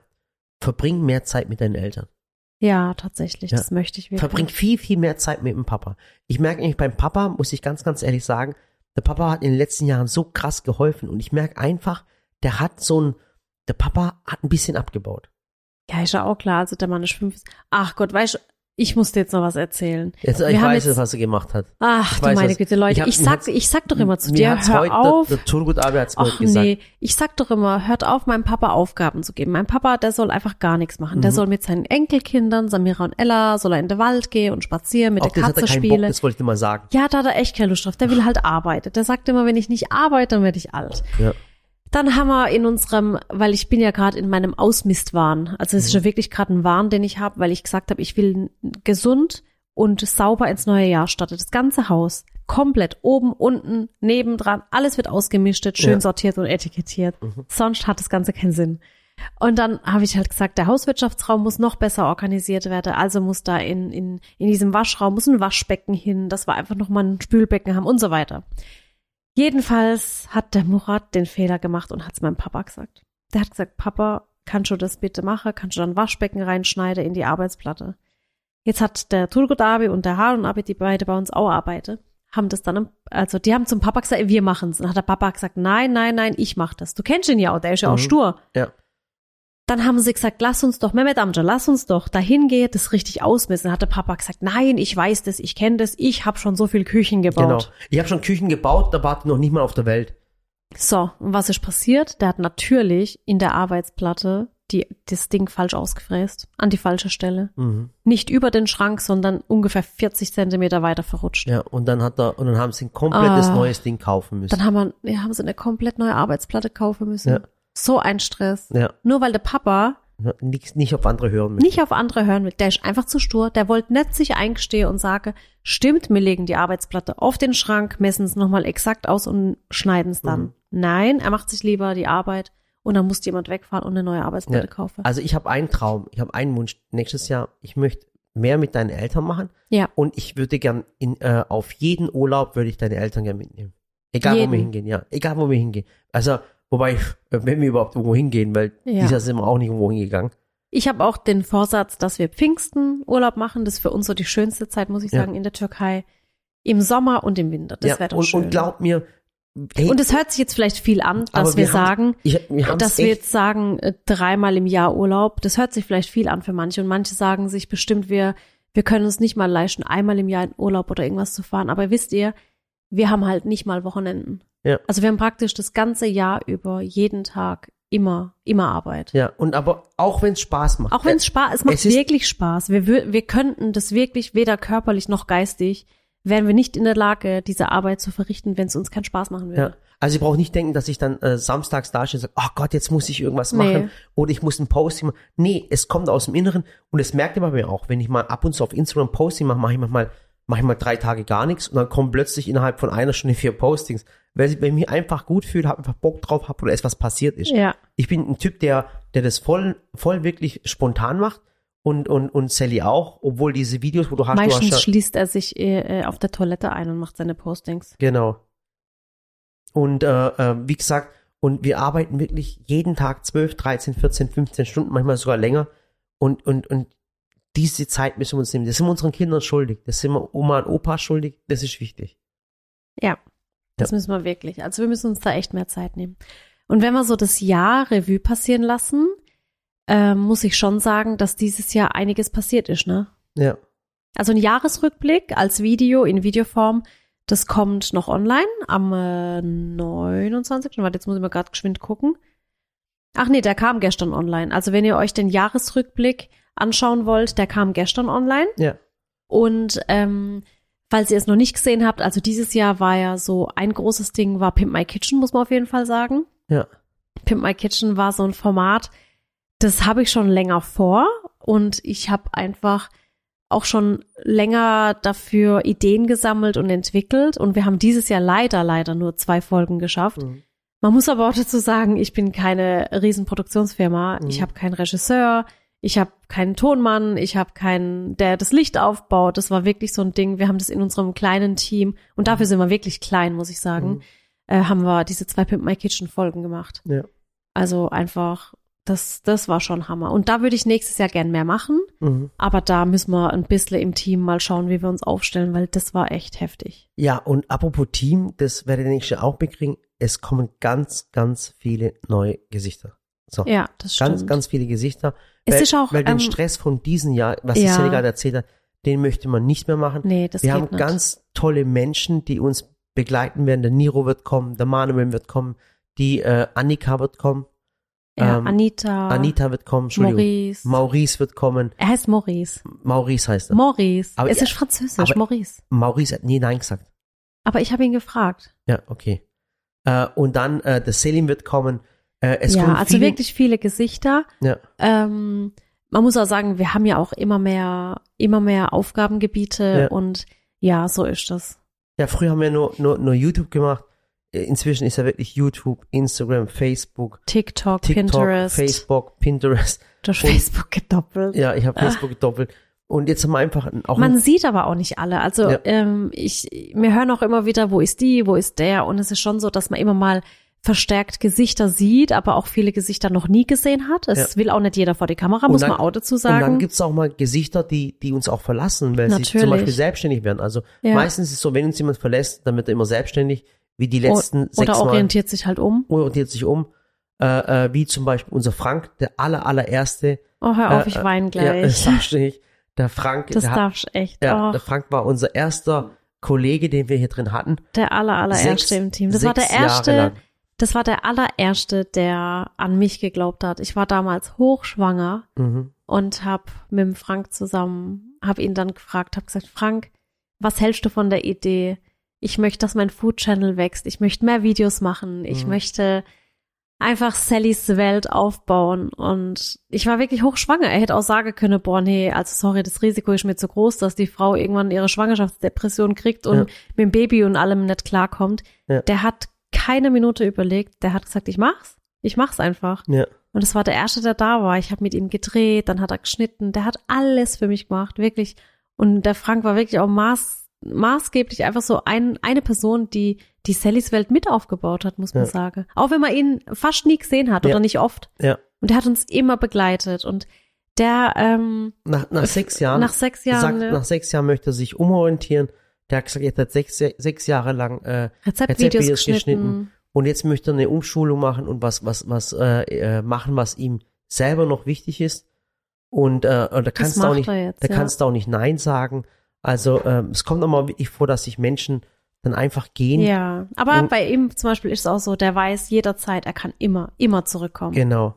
Verbring mehr Zeit mit deinen Eltern.
[laughs] Ja, tatsächlich.
Ja.
Das möchte ich wirklich.
Verbring viel, viel mehr Zeit mit dem Papa. Ich merke nämlich beim Papa, muss ich ganz, ganz ehrlich sagen, der Papa hat in den letzten Jahren so krass geholfen und ich merke einfach, der hat so ein, der Papa hat ein bisschen abgebaut.
Ja, ist ja auch klar. Also der Mann ist fünf. Ach Gott, weißt du, ich musste jetzt noch was erzählen.
Jetzt,
Wir
ich
haben
weiß
jetzt-
jetzt, was er gemacht hat.
Ach,
Ich
du
weiß
meine
was.
Güte, Leute,
Ich
ich,
hab- mir hat's-
sag, ich sag doch immer zu
Mir
dir,
hat's
hör
heute,
auf.
Der, der Turgut Abi hat's mir
Ach
heute gesagt.
nee, ich sag doch immer, hört auf, meinem Papa Aufgaben zu geben. Mein Papa, der soll einfach gar nichts machen. Der
Mhm.
soll mit seinen Enkelkindern, Samira und Ella, soll er in den Wald gehen und spazieren, mit
Auf
der
das hat er
Katze
keinen Bock,
spielen.
das wollte ich dir mal sagen.
Ja, da hat er echt keine Lust drauf. Der will halt arbeiten. Der sagt immer, wenn ich nicht arbeite, dann werde ich alt.
Ja.
Dann haben wir in unserem, weil ich bin ja gerade in meinem Ausmistwahn. Also es ist ja wirklich gerade ein Wahn, den ich habe, weil ich gesagt habe, ich will gesund und sauber ins neue Jahr starten. Das ganze Haus. Komplett oben, unten, nebendran, alles wird ausgemischtet, schön
Ja.
sortiert und etikettiert. Sonst hat das Ganze keinen Sinn. Und dann habe ich halt gesagt, der Hauswirtschaftsraum muss noch besser organisiert werden. Also muss da in, in, in diesem Waschraum muss ein Waschbecken hin, dass wir einfach nochmal ein Spülbecken haben und so weiter. Jedenfalls hat der Murat den Fehler gemacht und hat es meinem Papa gesagt. Der hat gesagt, Papa, kannst du das bitte machen? Kannst du dann Waschbecken reinschneiden in die Arbeitsplatte? Jetzt hat der Turgut Abi und der Harun Abi, die beide bei uns auch arbeiten, haben das dann, im- also die haben zum Papa gesagt, wir machen's. Dann hat der Papa gesagt, nein, nein, nein, ich mach das. Du kennst ihn ja auch, der ist ja auch
Mhm.
stur.
Ja.
Dann haben sie gesagt, lass uns doch, Mehmet Amca, lass uns doch dahin gehen, das richtig ausmessen. Dann hat der Papa gesagt, nein, ich weiß das, ich kenne das, ich habe schon so viel Küchen gebaut.
Genau. Ich habe schon Küchen gebaut, da war die noch nicht mal auf der Welt.
So, und was ist passiert? Der hat natürlich in der Arbeitsplatte die, das Ding falsch ausgefräst, an die falsche Stelle. Nicht über den Schrank, sondern ungefähr 40 Zentimeter weiter verrutscht.
Ja, und dann hat er, und dann haben sie ein komplettes
Ah.
neues Ding kaufen müssen.
Dann haben, wir, ja, haben sie eine komplett neue Arbeitsplatte kaufen müssen.
Ja.
So ein Stress.
ja,
Nur weil der Papa
nix, nicht auf andere hören müssen.
nicht auf andere hören will, der ist einfach zu stur, der wollte nicht sich eingestehen und sage, stimmt, wir legen die Arbeitsplatte auf den Schrank, messen es nochmal exakt aus und schneiden es dann.
Mhm.
Nein, er macht sich lieber die Arbeit und dann muss jemand wegfahren und eine neue Arbeitsplatte
Ja.
kaufen.
Also ich habe einen Traum, ich habe einen Wunsch nächstes Jahr. Ich möchte mehr mit deinen Eltern machen
Ja.
und ich würde gern in, äh, auf jeden Urlaub würde ich deine Eltern gern mitnehmen. Egal wo
Jeden.
wir hingehen, ja. Egal wo wir hingehen. Also, wobei, äh, wenn wir überhaupt irgendwo hingehen, weil
Ja.
dieses Jahr sind wir auch nicht irgendwo hingegangen.
Ich habe auch den Vorsatz, dass wir Pfingsten Urlaub machen. Das ist für uns so die schönste Zeit, muss ich
Ja.
sagen, in der Türkei. Im Sommer und im Winter. Das
ja,
wäre doch
und,
schön.
und glaub mir, hey,
Und es hört sich jetzt vielleicht viel an,
aber
dass wir,
haben-
sagen,
ich, wir haben's
dass wir
echt-
jetzt sagen, äh, dreimal im Jahr Urlaub. Das hört sich vielleicht viel an für manche. Und manche sagen sich bestimmt, wir, wir können uns nicht mal leisten, einmal im Jahr in Urlaub oder irgendwas zu fahren. Aber wisst ihr, wir haben halt nicht mal Wochenenden.
Ja.
Also wir haben praktisch das ganze Jahr über jeden Tag immer, immer Arbeit.
Ja, und aber auch wenn es Spaß macht.
Auch wenn es Spaß, es macht
es ist-
wirklich Spaß. Wir, wür- wir könnten das wirklich weder körperlich noch geistig, wären wir nicht in der Lage, diese Arbeit zu verrichten, wenn es uns keinen Spaß machen
Ja.
würde.
Also ich brauche nicht denken, dass ich dann äh, samstags da stehe und sage, oh Gott, jetzt muss ich irgendwas
Nee.
machen oder ich muss ein Posting machen. Nee, es kommt aus dem Inneren und das merkt ihr bei mir auch. Wenn ich mal ab und zu auf Instagram ein Posting mache, mache ich manchmal, mache ich mal drei Tage gar nichts und dann kommen plötzlich innerhalb von einer Stunde vier Postings. Weil ich, wenn ich mich einfach gut fühle, habe einfach Bock drauf habe oder es was passiert ist.
Ja.
Ich bin ein Typ, der, der das voll, voll wirklich spontan macht und, und, und Sally auch, obwohl diese Videos, wo du hast, du hast ja-
Meistens schließt er sich äh, äh, auf der Toilette ein und macht seine Postings.
Genau. Und äh, äh, wie gesagt, Und wir arbeiten wirklich jeden Tag 12, 13, 14, 15 Stunden, manchmal sogar länger. Und, und, und diese Zeit müssen wir uns nehmen. Das sind wir unseren Kindern schuldig. Das sind wir Oma und Opa schuldig. Das ist wichtig.
Ja, das müssen wir wirklich. Also wir müssen uns da echt mehr Zeit nehmen. Und wenn wir so das Jahr Revue passieren lassen, äh, muss ich schon sagen, dass dieses Jahr einiges passiert ist, ne?
Ja.
Also ein Jahresrückblick als Video in Videoform, das kommt noch online am äh, 29. Warte, jetzt muss ich mal gerade geschwind gucken. Ach nee, der kam gestern online. Also wenn ihr euch den Jahresrückblick anschauen wollt, der kam gestern online.
Ja.
Und ähm, falls ihr es noch nicht gesehen habt, also dieses Jahr war ja so ein großes Ding, war Pimp My Kitchen, muss man auf jeden Fall sagen.
Ja.
Pimp My Kitchen war so ein Format, das habe ich schon länger vor und ich habe einfach auch schon länger dafür Ideen gesammelt und entwickelt und wir haben dieses Jahr leider, leider nur zwei Folgen geschafft.
Mhm.
Man muss aber auch dazu sagen, ich bin keine Riesenproduktionsfirma, ich
Mhm.
habe keinen Regisseur, ich habe keinen Tonmann, ich habe keinen, der das Licht aufbaut. Das war wirklich so ein Ding. Wir haben das in unserem kleinen Team und dafür sind wir wirklich klein, muss ich sagen,
Mhm.
äh, haben wir diese zwei Pimp My Kitchen Folgen gemacht.
Ja.
Also einfach, das, das war schon Hammer. Und da würde ich nächstes Jahr gern mehr machen.
Mhm.
Aber da müssen wir ein bisschen im Team mal schauen, wie wir uns aufstellen, weil das war echt heftig.
Ja, und apropos Team, das werdet ihr nächstes Jahr auch mitkriegen. Es kommen ganz, ganz viele neue Gesichter. So.
Ja, das
ganz,
stimmt.
ganz viele Gesichter.
Es
weil,
ist auch,
weil
ähm,
den Stress von diesem Jahr, was
ja.
ich ja gerade erzählt habe, den möchte man nicht mehr machen.
nee, das
Wir
geht
haben
nicht.
ganz tolle Menschen, die uns begleiten werden. Der Niro wird kommen, der Manuel wird kommen, die äh, Annika wird kommen,
ja,
ähm,
Anita,
Anita wird kommen, Entschuldigung.
Ah. Maurice.
Maurice wird kommen.
er heißt Maurice.
Maurice heißt er.
Maurice.
Aber
es
ihr-
ist französisch,
aber-
Maurice.
Maurice hat nie Nein gesagt.
Aber ich habe ihn gefragt.
Ja, okay. Äh, und dann, äh, der Selim wird kommen. Äh, es
ja,
kommen
also
viele,
wirklich viele Gesichter.
Ja,
Ähm, man muss auch sagen, wir haben ja auch immer mehr, immer mehr Aufgabengebiete
Ja.
und ja, so ist das.
ja, früher haben wir nur, nur, nur YouTube gemacht. Äh, Inzwischen ist ja wirklich YouTube, Instagram, Facebook,
TikTok,
TikTok,
Pinterest,
Facebook, Pinterest. [laughs]
durch
und-
Facebook gedoppelt.
Ja, ich habe Facebook doppelt. Und jetzt haben wir einfach ein- auch
Ah. Man
ein,
sieht aber auch nicht alle. Also
Ja.
ähm, ich, mir hören auch immer wieder, wo ist die, wo ist der? Und es ist schon so, dass man immer mal verstärkt Gesichter sieht, aber auch viele Gesichter noch nie gesehen hat. Es will auch nicht jeder vor die Kamera,
Und
muss
dann-
man auch dazu
und dann
sagen.
gibt's auch mal Gesichter, die, die uns auch verlassen, weil sie
Natürlich.
zum Beispiel selbstständig werden. Also
Ja.
meistens ist es so, wenn uns jemand verlässt, dann wird er immer selbstständig, wie die letzten
O-
sechs
Oder
Mal.
orientiert sich halt um.
orientiert sich um, äh, äh, wie zum Beispiel unser Frank, der aller, allererste.
Oh, hör auf,
Äh,
ich weine
Ja, [laughs] das
gleich.
darfst du nicht. Der Frank,
[laughs] das oh.
der, hat-
darfst echt.
ja,
Och.
der Frank war unser erster Kollege, den wir hier drin hatten.
Der aller, allererste
Sechs-
im Team. Das war der
sechs Jahre
erste,
lang.
das war der allererste, der an mich geglaubt hat. Ich war damals hochschwanger
Mhm.
und hab mit dem Frank zusammen, hab ihn dann gefragt, hab gesagt, Frank, was hältst du von der Idee? Ich möchte, dass mein Food Channel wächst. Ich möchte mehr Videos machen. Ich
Mhm.
möchte einfach Sallys Welt aufbauen. Und ich war wirklich hochschwanger. Er hätte auch sagen können, boah, nee, also sorry, das Risiko ist mir zu groß, dass die Frau irgendwann ihre Schwangerschaftsdepression kriegt und
Ja.
mit dem Baby und allem nicht klarkommt.
Ja.
Der hat keine Minute überlegt. Der hat gesagt, ich mach's. Ich mach's einfach.
Ja.
Und es war der erste, der da war. Ich habe mit ihm gedreht, dann hat er geschnitten. Der hat alles für mich gemacht, wirklich. Und der Frank war wirklich auch maß, maßgeblich einfach so ein, eine Person, die die Sallys Welt mit aufgebaut hat, muss man
Ja.
sagen. Auch wenn man ihn fast nie gesehen hat
Ja.
oder nicht oft.
Ja.
Und der hat uns immer begleitet. Und der ähm,
Nach, nach sechs Jahren,
nach sechs Jahren
sagt,
ne,
nach sechs Jahren möchte er sich umorientieren. Der hat gesagt, jetzt hat sechs, sechs Jahre lang äh,
Rezeptvideos
Rezeptvideos geschnitten.
geschnitten.
und jetzt möchte er eine Umschulung machen und was, was, was äh, äh, machen, was ihm selber noch wichtig ist. Und äh, äh, da
Das
kannst du auch
macht
nicht
er jetzt.
Da
ja.
kannst du auch nicht Nein sagen. Also ähm, es kommt auch mal wirklich vor, dass sich Menschen dann einfach gehen.
Ja, aber
Und-
bei ihm zum Beispiel ist es auch so, der weiß jederzeit, er kann immer, immer zurückkommen.
Genau.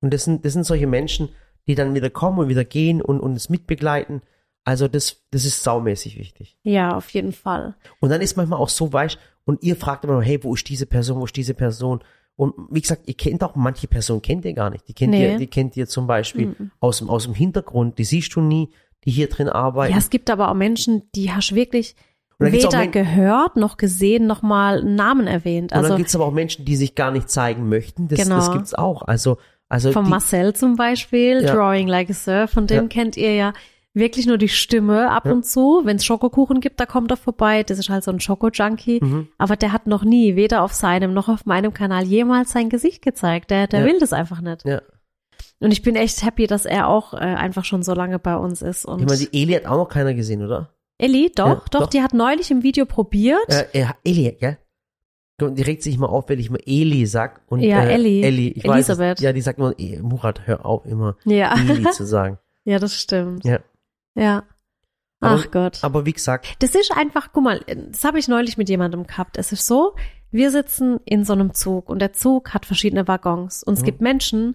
Und das sind, das sind solche Menschen, die dann wieder kommen und wieder gehen und uns mitbegleiten. Also das, das ist saumäßig wichtig.
Ja, auf jeden Fall.
Und dann ist manchmal auch so weich und ihr fragt immer, hey, wo ist diese Person, wo ist diese Person? Und wie gesagt, ihr kennt auch, manche Personen kennt ihr gar nicht. Die kennt,
Nee. Mhm.
ihr, die kennt ihr zum Beispiel aus, dem, aus dem Hintergrund, die siehst du nie, die hier drin arbeiten.
Ja, es gibt aber auch Menschen, die hast du wirklich
Und dann gibt's auch
weder
Men-
gehört noch gesehen noch mal einen Namen erwähnt.
und dann
Also
gibt es aber auch Menschen, die sich gar nicht zeigen möchten. Das,
Genau.
das gibt es auch. Also, also
von
die,
Marcel zum Beispiel,
Ja.
Drawing Like a Surf, von dem
Ja.
kennt ihr ja wirklich nur die Stimme ab und zu. Wenn es Schokokuchen gibt, da kommt er vorbei. Das ist halt so ein Schoko-Junkie.
Mhm.
Aber der hat noch nie, weder auf seinem noch auf meinem Kanal, jemals sein Gesicht gezeigt. Der, der
Ja.
will das einfach nicht.
Ja.
Und ich bin echt happy, dass er auch äh, einfach schon so lange bei uns ist.
Ich
Und
meine, die Eli hat auch noch keiner gesehen, oder?
Ellie, doch,
Ja,
doch,
doch.
die hat neulich im Video probiert.
Äh, ja, Eli, ja. Und die regt sich immer auf, wenn ich mal Eli sag. Und,
Ja,
äh,
Eli.
Eli. Ich weiß es.
Elisabeth.
ja, die sagt immer, eh, Murat, hör auf, immer
ja, [laughs]
Eli zu sagen.
ja, das stimmt.
Ja.
Ja.
Aber-
Ach Gott.
Aber wie gesagt,
Das ist einfach, guck mal, das habe ich neulich mit jemandem gehabt. Es ist so, wir sitzen in so einem Zug und der Zug hat verschiedene Waggons und es
Mhm.
gibt Menschen,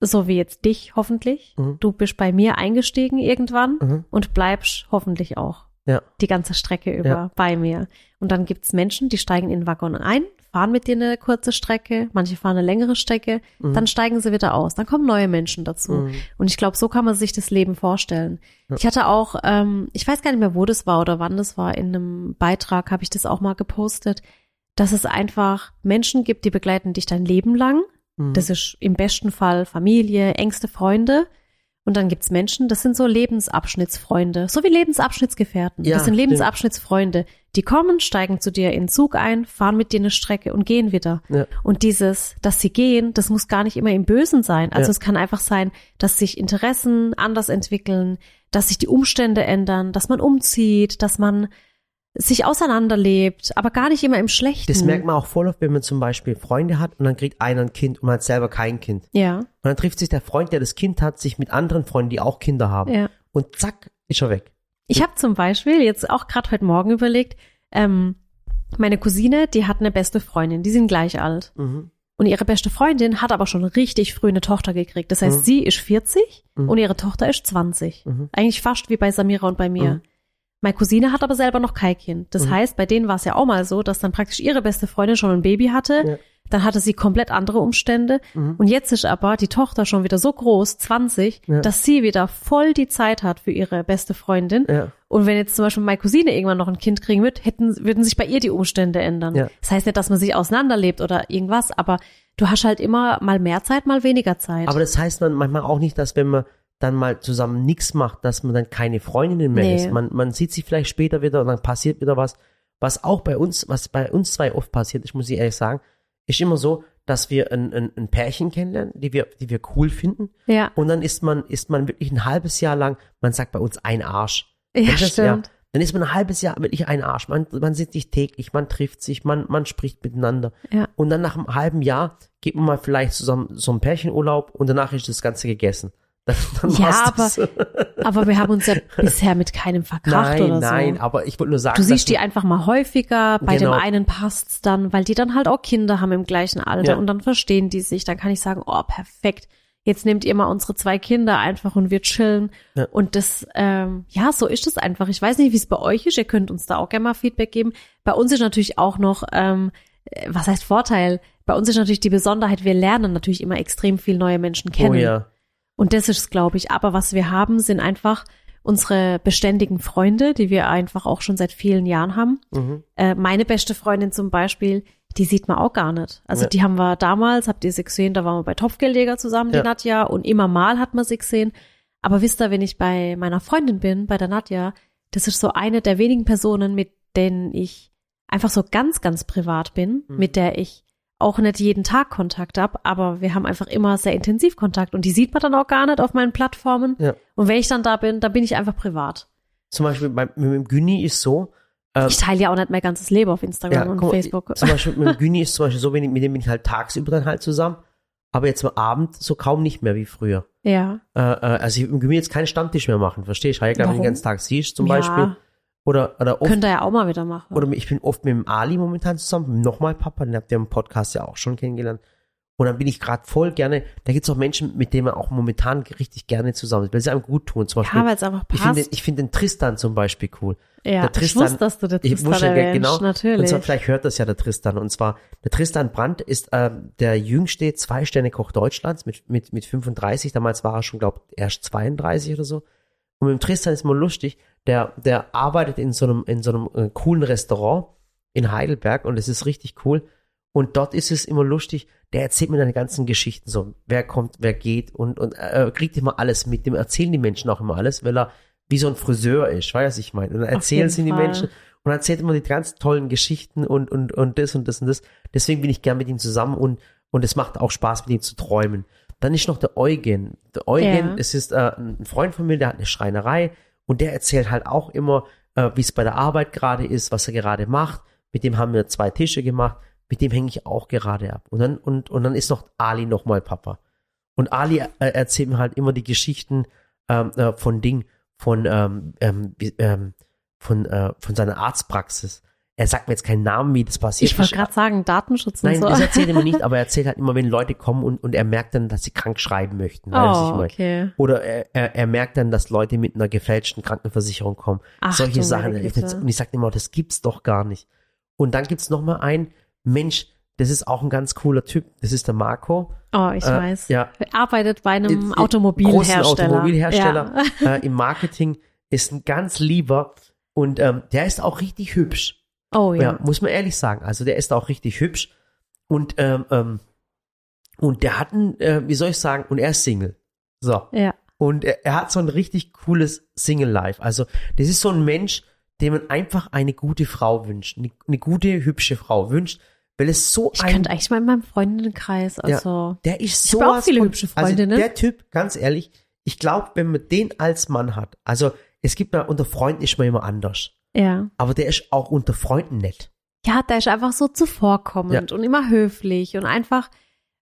so wie jetzt dich hoffentlich,
Mhm.
du bist bei mir eingestiegen irgendwann
mhm,
und bleibst hoffentlich auch
ja,
die ganze Strecke über
Ja.
bei mir. Und dann gibt's Menschen, die steigen in den Waggon ein, fahren mit dir eine kurze Strecke, manche fahren eine längere Strecke,
Mhm.
dann steigen sie wieder aus, dann kommen neue Menschen dazu.
Mhm.
Und ich glaube, so kann man sich das Leben vorstellen. Ich hatte auch, ähm, ich weiß gar nicht mehr, wo das war oder wann das war, in einem Beitrag habe ich das auch mal gepostet, dass es einfach Menschen gibt, die begleiten dich dein Leben lang.
mhm,
Das ist im besten Fall Familie, engste Freunde. Und dann gibt's Menschen, das sind so Lebensabschnittsfreunde, so wie Lebensabschnittsgefährten.
Ja,
das sind
stimmt.
Lebensabschnittsfreunde. Die kommen, steigen zu dir in den Zug ein, fahren mit dir eine Strecke und gehen wieder.
ja,
Und dieses, dass sie gehen, das muss gar nicht immer im Bösen sein. Also
Ja.
es kann einfach sein, dass sich Interessen anders entwickeln, dass sich die Umstände ändern, dass man umzieht, dass man sich auseinanderlebt, aber gar nicht immer im Schlechten.
Das merkt man auch voll oft, wenn man zum Beispiel Freunde hat und dann kriegt einer ein Kind und man hat selber kein Kind.
Ja,
Und dann trifft sich der Freund, der das Kind hat, sich mit anderen Freunden, die auch Kinder haben.
ja.
Und zack, ist er weg.
Ich habe zum Beispiel jetzt auch gerade heute Morgen überlegt, ähm, meine Cousine, die hat eine beste Freundin, die sind gleich alt.
Mhm.
Und ihre beste Freundin hat aber schon richtig früh eine Tochter gekriegt. Das heißt,
Mhm.
sie ist 40
Mhm.
und ihre Tochter ist 20.
Mhm.
Eigentlich fast wie bei Samira und bei mir.
Mhm.
Meine Cousine hat aber selber noch kein Kind. Das
Mhm.
heißt, bei denen war es ja auch mal so, dass dann praktisch ihre beste Freundin schon ein Baby hatte.
Ja.
Dann hatte sie komplett andere Umstände.
Mhm.
Und jetzt ist aber die Tochter schon wieder so groß, 20,
Ja.
dass sie wieder voll die Zeit hat für ihre beste Freundin.
Ja.
Und wenn jetzt zum Beispiel meine Cousine irgendwann noch ein Kind kriegen wird, hätten, würden sich bei ihr die Umstände ändern.
Ja.
Das heißt nicht, dass man sich auseinanderlebt oder irgendwas, aber du hast halt immer mal mehr Zeit, mal weniger Zeit.
Aber das heißt dann manchmal auch nicht, dass wenn man dann mal zusammen nichts macht, dass man dann keine Freundinnen mehr
Nee.
ist. Man, man sieht sich vielleicht später wieder und dann passiert wieder was. Was auch bei uns, was bei uns zwei oft passiert, ich muss ich ehrlich sagen, ist immer so, dass wir ein, ein, ein Pärchen kennenlernen, die wir, die wir cool finden.
ja, [laughs]
Und dann ist man, ist man wirklich ein halbes Jahr lang, man sagt bei uns ein Arsch.
ja
Kennst du das?
stimmt.
Dann ist man ein halbes Jahr wirklich ein Arsch. Man, man sieht sich täglich, man trifft sich, man, man spricht miteinander.
Ja.
Und dann nach einem halben Jahr geht man mal vielleicht zusammen so einen Pärchenurlaub und danach ist das Ganze gegessen. [laughs] Dann, dann
Ja,
war's das.
Aber wir haben uns ja
[laughs]
bisher mit keinem verkracht
nein,
oder so.
nein, aber ich wollte nur sagen,
Du
dass
siehst die einfach mal häufiger, bei
Genau.
dem einen passt's dann, weil die dann halt auch Kinder haben im gleichen Alter
Ja.
und dann verstehen die sich, dann kann ich sagen, oh, perfekt. Jetzt nehmt ihr mal unsere zwei Kinder einfach und wir chillen.
Ja.
Und das, ähm, ja, so ist es einfach. Ich weiß nicht, wie es bei euch ist. Ihr könnt uns da auch gerne mal Feedback geben. Bei uns ist natürlich auch noch, ähm, äh, was heißt Vorteil? Bei uns ist natürlich die Besonderheit, wir lernen natürlich immer extrem viel neue Menschen kennen.
oh ja,
Und das ist, glaube ich. Aber was wir haben, sind einfach unsere beständigen Freunde, die wir einfach auch schon seit vielen Jahren haben.
mhm.
Äh, meine beste Freundin zum Beispiel, die sieht man auch gar nicht. Also
Ja.
die haben wir damals, habt ihr sie gesehen, da waren wir bei Topfgeldjäger zusammen, die
Ja.
Nadja, und immer mal hat man sie gesehen. Aber wisst ihr, wenn ich bei meiner Freundin bin, bei der Nadja, das ist so eine der wenigen Personen, mit denen ich einfach so ganz, ganz privat bin,
Mhm.
mit der ich auch nicht jeden Tag Kontakt habe, aber wir haben einfach immer sehr intensiv Kontakt und die sieht man dann auch gar nicht auf meinen Plattformen.
Ja.
Und wenn ich dann da bin, dann bin ich einfach privat.
zum Beispiel bei, mit dem Günni ist so, ähm,
Ich teile ja auch nicht mein ganzes Leben auf Instagram und
guck mal,
Facebook. [laughs]
Zum Beispiel mit dem Günni ist zum Beispiel so, wenn ich, mit dem bin ich halt tagsüber dann halt zusammen, aber jetzt am Abend so kaum nicht mehr wie früher.
Ja.
Äh, äh, also ich will mir jetzt keinen Stammtisch mehr machen, verstehst du? Ich glaube, den
Warum?
ganzen Tag siehst zum
Ja.
Beispiel. Oder, oder oft,
Könnt ihr ja auch mal wieder machen.
oder ich bin oft mit dem Ali momentan zusammen, mit dem nochmal Papa, den habt ihr im Podcast ja auch schon kennengelernt. Und dann bin ich gerade voll gerne, da gibt es auch Menschen, mit denen man auch momentan richtig gerne zusammen ist, weil sie einem gut tun. Zum Beispiel,
ja, weil es einfach
ich finde
passt.
ich find den Tristan zum Beispiel cool.
ja,
der Tristan-
ich wusste, dass du der
Ich
Tristan
wusste ja
erwähnst,
genau. Und
natürlich.
zwar, vielleicht hört das ja der Tristan. Und zwar, der Tristan Brandt ist äh, der jüngste Zwei-Sterne-Koch Deutschlands mit, mit, mit 35. Damals war er schon, glaube erst 32 oder so. Und mit dem Tristan ist mal lustig. Der, der arbeitet in so einem, in so einem äh, coolen Restaurant in Heidelberg und es ist richtig cool. Und dort ist es immer lustig, der erzählt mir deine ganzen Geschichten so, wer kommt, wer geht und, und äh, er kriegt immer alles mit. Dem erzählen die Menschen auch immer alles, weil er wie so ein Friseur ist, weißt du, was ich meine? Und dann erzählen sie die
Fall.
Menschen und erzählt immer die ganz tollen Geschichten und, und, und das und das und das. Deswegen bin ich gern mit ihm zusammen und, und es macht auch Spaß, mit ihm zu träumen. Dann ist noch der Eugen. Der Eugen,
Ja.
es ist äh, ein Freund von mir, der hat eine Schreinerei und der erzählt halt auch immer, äh, wie es bei der Arbeit gerade ist, was er gerade macht. Mit dem haben wir zwei Tische gemacht, mit dem hänge ich auch gerade ab. Und dann, und, und dann ist noch Ali nochmal Papa. Und Ali äh, erzählt mir halt immer die Geschichten ähm, äh, von Ding, von, ähm, ähm, wie- ähm, von, äh, von seiner Arztpraxis. Er sagt mir jetzt keinen Namen, wie das passiert
Ich wollte
ist.
gerade sagen, Datenschutz und
Nein,
so.
das erzählt er mir nicht, aber er erzählt halt immer, wenn Leute kommen und, und er merkt dann, dass sie krank schreiben möchten. weißt du, was ich
[laughs] oh,
meine?
okay.
Oder er, er, er merkt dann, dass Leute mit einer gefälschten Krankenversicherung kommen.
Ach, du
Solche
meine
Sachen.
Güte.
Und ich sage immer, das gibt's doch gar nicht. Und dann gibt's noch mal einen, Mensch, das ist auch ein ganz cooler Typ. Das ist der Marco.
Oh, ich
Äh,
weiß.
ja.
Er arbeitet bei einem
Im- im
Automobilhersteller.
Großen Automobilhersteller [laughs]
Ja.
äh, im Marketing ist ein ganz lieber und ähm, der ist auch richtig hübsch.
Oh ja.
Ja. muss man ehrlich sagen. Also der ist auch richtig hübsch und ähm, ähm, und der hat ein, äh, wie soll ich sagen, und er ist Single. So.
Ja.
Und er, er hat so ein richtig cooles Single-Life. Also, das ist so ein Mensch, dem man einfach eine gute Frau wünscht. Eine, eine gute, hübsche Frau wünscht, weil es so
Ich
ein.
könnte eigentlich mal in meinem Freundinnenkreis, also.
Der ist
Ich hab auch
so.
viele hübsche ne? Freundinnen.
Also, der Typ, ganz ehrlich, ich glaube, wenn man den als Mann hat, also, es gibt ja unter Freunden ist man immer anders.
Ja.
Aber der ist auch unter Freunden nett.
Ja, der ist einfach so zuvorkommend und immer höflich und einfach.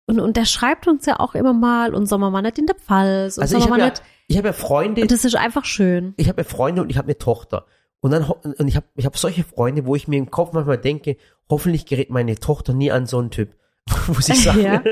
Und, und der schreibt uns ja auch immer mal und Sommer mal nicht in der Pfalz und
Also, ich
Sommer
habe
mal
ja,
nicht.
ich hab ja Freunde,
Und das ist einfach schön.
ich habe ja Freunde und ich habe eine Tochter. Und dann ho- und ich habe ich hab solche Freunde, wo ich mir im Kopf manchmal denke, hoffentlich gerät meine Tochter nie an so einen Typ. [laughs] Muss ich sagen.
Ja.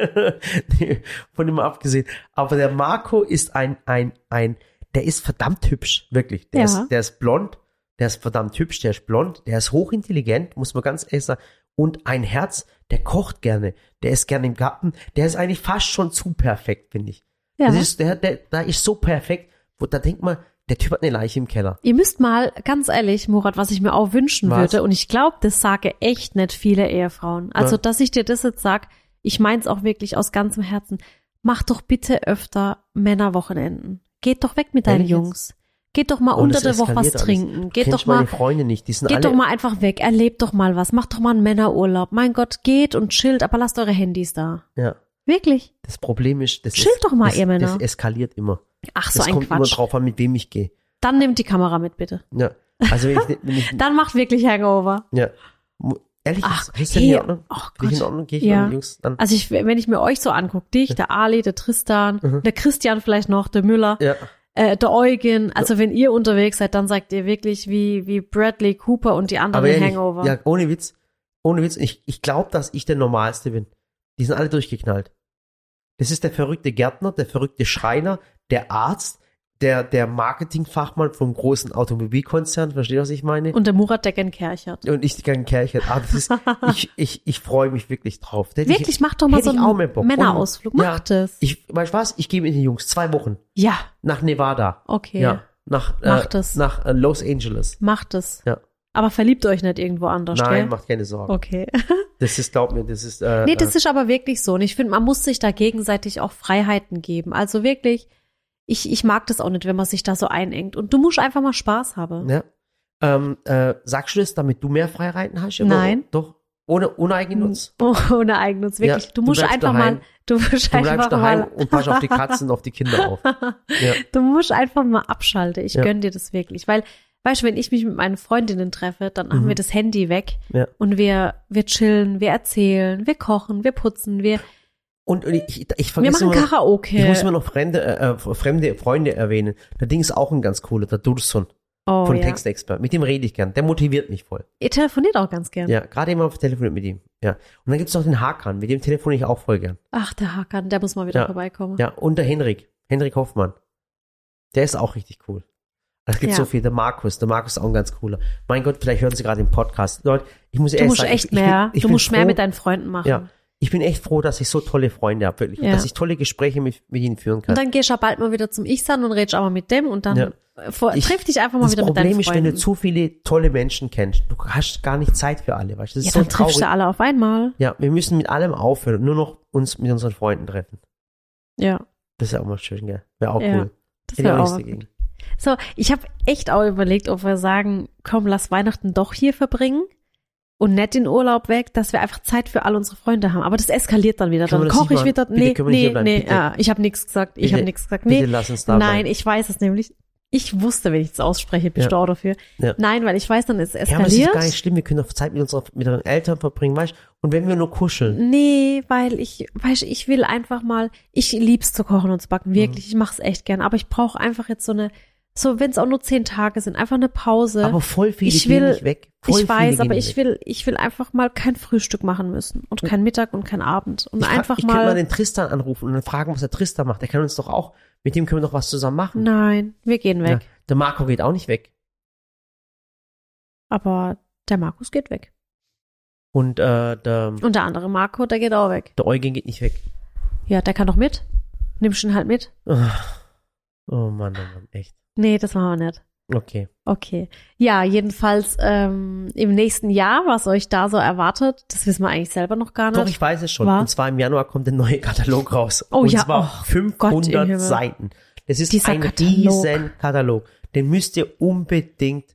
[laughs] nee, von dem mal abgesehen. Aber der Marco ist ein, ein, ein, der ist verdammt hübsch, wirklich. Der,
Ja.
ist, der ist blond, der ist verdammt hübsch, der ist blond, der ist hochintelligent, muss man ganz ehrlich sagen. Und ein Herz, der kocht gerne, der ist gerne im Garten, der ist eigentlich fast schon zu perfekt, finde ich.
Ja.
Das ist, der, der, der ist so perfekt, wo da denkt man, der Typ hat eine Leiche im Keller.
Ihr müsst mal, ganz ehrlich, Murat, was ich mir auch wünschen
Was?
würde, und ich glaube, das sage echt nicht viele Ehefrauen. Also,
Ja.
dass ich dir das jetzt sag, ich meins auch wirklich aus ganzem Herzen. Mach doch bitte öfter Männerwochenenden. Geht doch weg mit deinen
Ehrlich jetzt?
Jungs. Geht doch mal
Und
unter
es
der Woche was
eskaliert alles.
trinken. Geht
Kenn
doch
ich meine
mal,
Freunde nicht, die sind
geht
alle.
doch mal einfach weg. Erlebt doch mal was. Macht doch mal einen Männerurlaub. Mein Gott, geht und chillt, aber lasst eure Handys da.
ja,
Wirklich.
das Problem ist, das
Chillt
ist,
doch mal,
das,
ihr Männer.
Das eskaliert immer.
Ach, so
das
ein
kommt immer
Quatsch.
drauf an, mit wem ich gehe.
Dann nehmt die Kamera mit, bitte.
Ja. Also wenn ich,
[laughs]
wenn ich
Dann macht wirklich Hangover.
ja. Mu- Ehrlich,
Ach,
ist, ist
hey,
denn in Ordnung?
oh
Bin ich in
Gott.
Ordnung? Gehe ich
Ja.
ja. Jungs dann?
Also ich, wenn ich mir euch so angucke, dich, der Ali, der Tristan,
Mhm.
der Christian vielleicht noch, der Müller,
Ja.
äh, der Eugen, also wenn ihr unterwegs seid, dann seid ihr wirklich wie, wie Bradley Cooper und die anderen
Aber ehrlich,
Hangover.
ja, ohne Witz, ohne Witz, ich, ich glaube, dass ich der Normalste bin. Die sind alle durchgeknallt. Das ist der verrückte Gärtner, der verrückte Schreiner, der Arzt, der, der Marketingfachmann vom großen Automobilkonzern, versteht was ich meine?
Und der Murat Deckenkerchert.
Und ich kann Kerchert. Ah, das
[laughs]
ist, ich ich, ich freue mich wirklich drauf. Da hätte
Wirklich, mach doch mal
hätte
so
ich auch mehr
einen
Bock.
Männerausflug.
Und-
Mach
Ja.
das.
Ich, weißt du was? Ich gehe mit den Jungs zwei Wochen
Ja,
nach Nevada.
okay.
Ja. Nach,
Mach
äh,
das.
nach äh, Los Angeles.
Mach das.
Ja.
Aber verliebt euch nicht irgendwo anders,
Nein,
gell?
macht keine Sorgen.
Okay.
Das ist, glaub mir, das ist. Äh,
Oh. Nee, das ist aber wirklich so. Und ich finde, man muss sich da gegenseitig auch Freiheiten geben. Also wirklich, ich, ich mag das auch nicht, wenn man sich da so einengt. Und du musst einfach mal Spaß haben.
äh, ja. ähm, äh, sagst du das, damit du mehr Freiheiten hast? Oder-
Nein.
Doch. Ohne, ohne Eigennutz.
Oh, ohne Eigennutz, wirklich.
Ja, du
du musst
bleibst
einfach
daheim.
mal, du musst
Du
einfach
bleibst daheim
mal,
und passt
[laughs]
auf die Katzen und auf die Kinder auf. Ja.
du musst einfach mal abschalten. Ich
Ja.
gönn dir das wirklich, weil weißt du, wenn ich mich mit meinen Freundinnen treffe, dann haben
Mhm.
wir das Handy weg
Ja.
und wir wir chillen, wir erzählen, wir kochen, wir putzen, wir
Und, und ich, ich, ich
wir
vergesse
machen
immer noch- Ich muss
Karaoke.
immer noch fremde, äh, äh, fremde Freunde erwähnen. Der Ding ist auch ein ganz cooler, der Dursun
Oh,
von
ja.
Textexpert. Mit dem rede ich gern. Der motiviert mich voll.
Ihr telefoniert auch ganz gern.
Ja, gerade immer auf telefoniert mit ihm. Ja. Und dann gibt's noch den Hakan, mit dem telefoniere ich auch voll gern.
Ach, der Hakan, der muss mal wieder
Ja.
vorbeikommen.
Ja, und der Henrik, Henrik Hoffmann. Der ist auch richtig cool. Es gibt
Ja.
so viel. Der Markus, der Markus ist auch ein ganz cooler. Mein Gott, vielleicht hören Sie gerade den Podcast. Leute, ich muss
Du
ehrlich
musst
sagen,
echt
ich, ich
mehr,
bin, ich
du
bin
musst mehr
froh-
mit deinen Freunden machen.
Ja. Ich bin echt froh, dass ich so tolle Freunde habe, wirklich.
Ja.
Und dass ich tolle Gespräche mit, mit ihnen führen kann.
Und dann gehst du ja bald mal wieder zum Ich-San und redest auch mal mit dem und dann
Ja.
äh, vor,
Ich-
triff dich einfach mal
Das
wieder
Problem
mit deinen
ist, wenn
Freunden.
du zu viele tolle Menschen kennst, du hast gar nicht Zeit für alle, weißt du? Das
ja,
ist so
dann triffst
traurig.
du alle auf einmal.
Ja, wir müssen mit allem aufhören und nur noch uns mit unseren Freunden treffen.
Ja,
Das ist ja auch mal schön, gell? Wäre auch
Ja,
cool.
das
Hätte Genau, ich
wäre
auch
auch.
nichts dagegen.
So, ich habe echt auch überlegt, ob wir sagen, komm, lass Weihnachten doch hier verbringen und nicht in Urlaub weg, dass wir einfach Zeit für all unsere Freunde haben. Aber das eskaliert dann wieder.
Können wir das
Dann koche ich
nicht
wieder.
machen? Bitte,
Nee,
können wir
nee,
nicht hier
nee.
bleiben?
Ja, ich habe nichts gesagt. Ich habe
Bitte,
nichts gesagt.
Bitte
Nee.
lass uns da
Nein,
bleiben.
ich weiß es nämlich. Ich wusste, wenn ich es ausspreche, bist
Ja.
du auch dafür.
Ja.
Nein, weil ich weiß, dann ist es
Ja, aber es ist
eskaliert.
gar nicht schlimm. Wir können auch Zeit mit, unserer, mit unseren Eltern verbringen, weißt du? Und wenn wir nur
Ne.
kuscheln.
Nee, weil ich, weißt du, ich will einfach mal, ich lieb's zu kochen und zu
Mhm.
backen, wirklich, ich mach's echt gern, aber ich brauche einfach jetzt so eine, so wenn's auch nur zehn Tage sind, einfach eine Pause.
Aber voll viele
Ich
gehen
will-
nicht weg. Voll
ich weiß,
viele
aber
gehen
ich
weg. Mhm.
will, ich will einfach mal kein Frühstück machen müssen und kein Mittag und kein Abend und
Ich, frag-
einfach
ich könnte mal
mal,
den Tristan anrufen und dann fragen, was der Tristan macht. Der kann uns doch auch, mit dem können wir doch was zusammen machen.
nein, wir gehen weg.
Ja, der Marco geht auch nicht weg.
Aber der Markus geht weg.
Und äh, der,
Und der andere Marco, der geht auch weg.
der Eugen geht nicht weg.
Ja, der kann doch mit. Nimmst ihn halt mit.
Ach. Oh Mann, oh Mann, echt.
Nee, das machen wir nicht.
Okay.
Okay. Ja, jedenfalls ähm, im nächsten Jahr, was euch da so erwartet, das wissen wir eigentlich selber noch gar
Doch,
nicht.
ich weiß es schon.
war-
Und zwar im Januar kommt der neue Katalog raus.
Oh
Und
ja,
zwar
oh Gott im
500
Himmel.
Seiten. Das ist
Dieser
ein
Katalog.
riesen Katalog. Den müsst ihr unbedingt,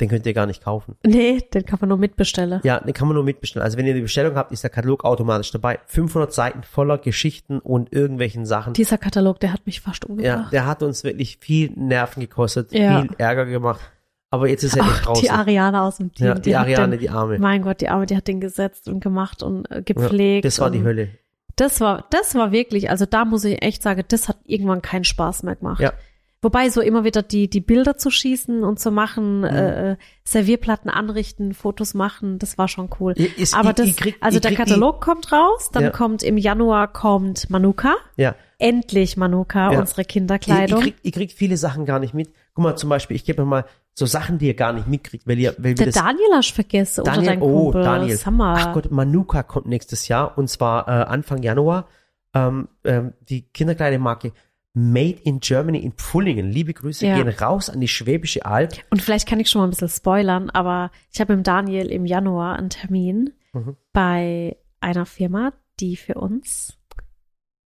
den könnt ihr gar nicht kaufen.
nee, den kann man nur mitbestellen.
Ja, den kann man nur mitbestellen. Also wenn ihr die Bestellung habt, ist der Katalog automatisch dabei. 500 Seiten voller Geschichten und irgendwelchen Sachen.
Dieser Katalog, der hat mich fast
Ja,
umgebracht.
der hat uns wirklich viel Nerven gekostet,
Ja.
viel Ärger gemacht. Aber jetzt ist er
Ach,
echt draußen.
die Ariane aus dem Team.
ja, die,
hat
Ariane,
den,
die Arme.
Mein Gott, die Arme, die hat den gesetzt und gemacht und äh,
Ja,
gepflegt.
das war die
und-
Hölle.
Das war, das war wirklich, also da muss ich echt sagen, das hat irgendwann keinen Spaß mehr gemacht.
Ja.
Wobei so immer wieder die, die Bilder zu schießen und zu machen,
Mhm.
äh, äh, Servierplatten anrichten, Fotos machen, das war schon cool.
Ihr- ist-
Aber
ihr-
das,
ihr kriegt-
also
ihr
der
kriegt die-
Katalog kommt raus, dann
Ja.
kommt im Januar kommt Manuka,
Ja.
endlich Manuka,
Ja.
unsere
Ihr,
Kinderkleidung.
ihr, kriegt, ihr kriegt viele Sachen gar nicht mit. Guck mal, zum Beispiel, ich gebe mir mal so Sachen, die ihr gar nicht mitkriegt, weil ihr, weil wir
der
das
Daniel hast du vergessen oder dein
oh,
Kumpel
Daniel.
Summer.
Ach Gott, Manuka kommt nächstes Jahr und zwar äh, Anfang Januar. Ähm, ähm, die Kinderkleidermarke Made in Germany in Pfullingen. Liebe Grüße
Ja.
gehen raus an die Schwäbische Alb.
Und vielleicht kann ich schon mal ein bisschen spoilern, aber ich habe mit Daniel im Januar einen Termin
Mhm.
bei einer Firma, die für uns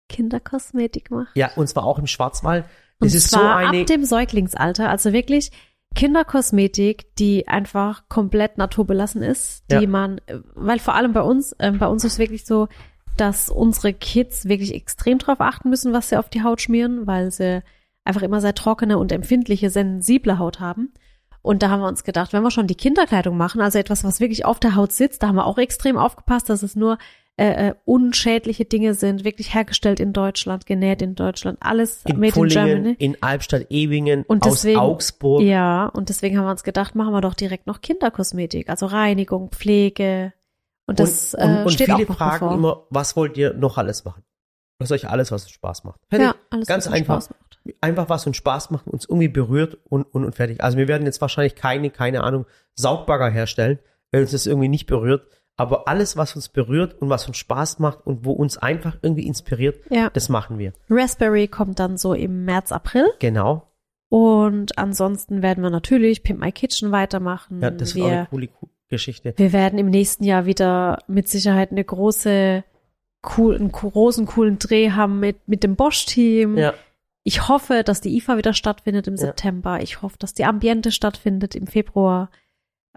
Kinderkosmetik macht.
Ja, und zwar auch im Schwarzwald.
Und
Das ist so
zwar
eine.
ab dem Säuglingsalter, also wirklich Kinderkosmetik, die einfach komplett naturbelassen ist, die
Ja.
man, weil vor allem bei uns, ähm, bei uns ist wirklich so, dass unsere Kids wirklich extrem drauf achten müssen, was sie auf die Haut schmieren, weil sie einfach immer sehr trockene und empfindliche, sensible Haut haben. Und da haben wir uns gedacht, wenn wir schon die Kinderkleidung machen, also etwas, was wirklich auf der Haut sitzt, da haben wir auch extrem aufgepasst, dass es nur äh, äh, unschädliche Dinge sind, wirklich hergestellt in Deutschland, genäht in Deutschland, alles
in
made in
Pfullingen,
Germany.
in Albstadt-Ebingen,
Und
aus
deswegen-
Augsburg.
Ja, und deswegen haben wir uns gedacht, machen wir doch direkt noch Kinderkosmetik, also Reinigung, Pflege. Und das
und, und,
äh,
und
steht
viele
auch noch
fragen
bevor.
immer, was wollt ihr noch alles machen? Was euch alles, was uns Spaß macht. Fertig.
ja, alles
Ganz
was uns
einfach.
Spaß macht.
Einfach was uns Spaß macht, uns irgendwie berührt und, und, und fertig. Also wir werden jetzt wahrscheinlich keine, keine Ahnung, Saugbagger herstellen, wenn uns das irgendwie nicht berührt. Aber alles, was uns berührt und was uns Spaß macht und wo uns einfach irgendwie inspiriert,
Ja.
das machen wir.
Raspberry kommt dann so im März, April.
Genau.
Und ansonsten werden wir natürlich Pimp My Kitchen weitermachen.
Ja, das ist
wir,
auch eine coole Ku- Geschichte.
wir werden im nächsten Jahr wieder mit Sicherheit eine große, cool, einen großen, coolen Dreh haben mit, mit dem Bosch-Team.
Ja,
Ich hoffe, dass die IFA wieder stattfindet im
Ja.
September. Ich hoffe, dass die Ambiente stattfindet im Februar.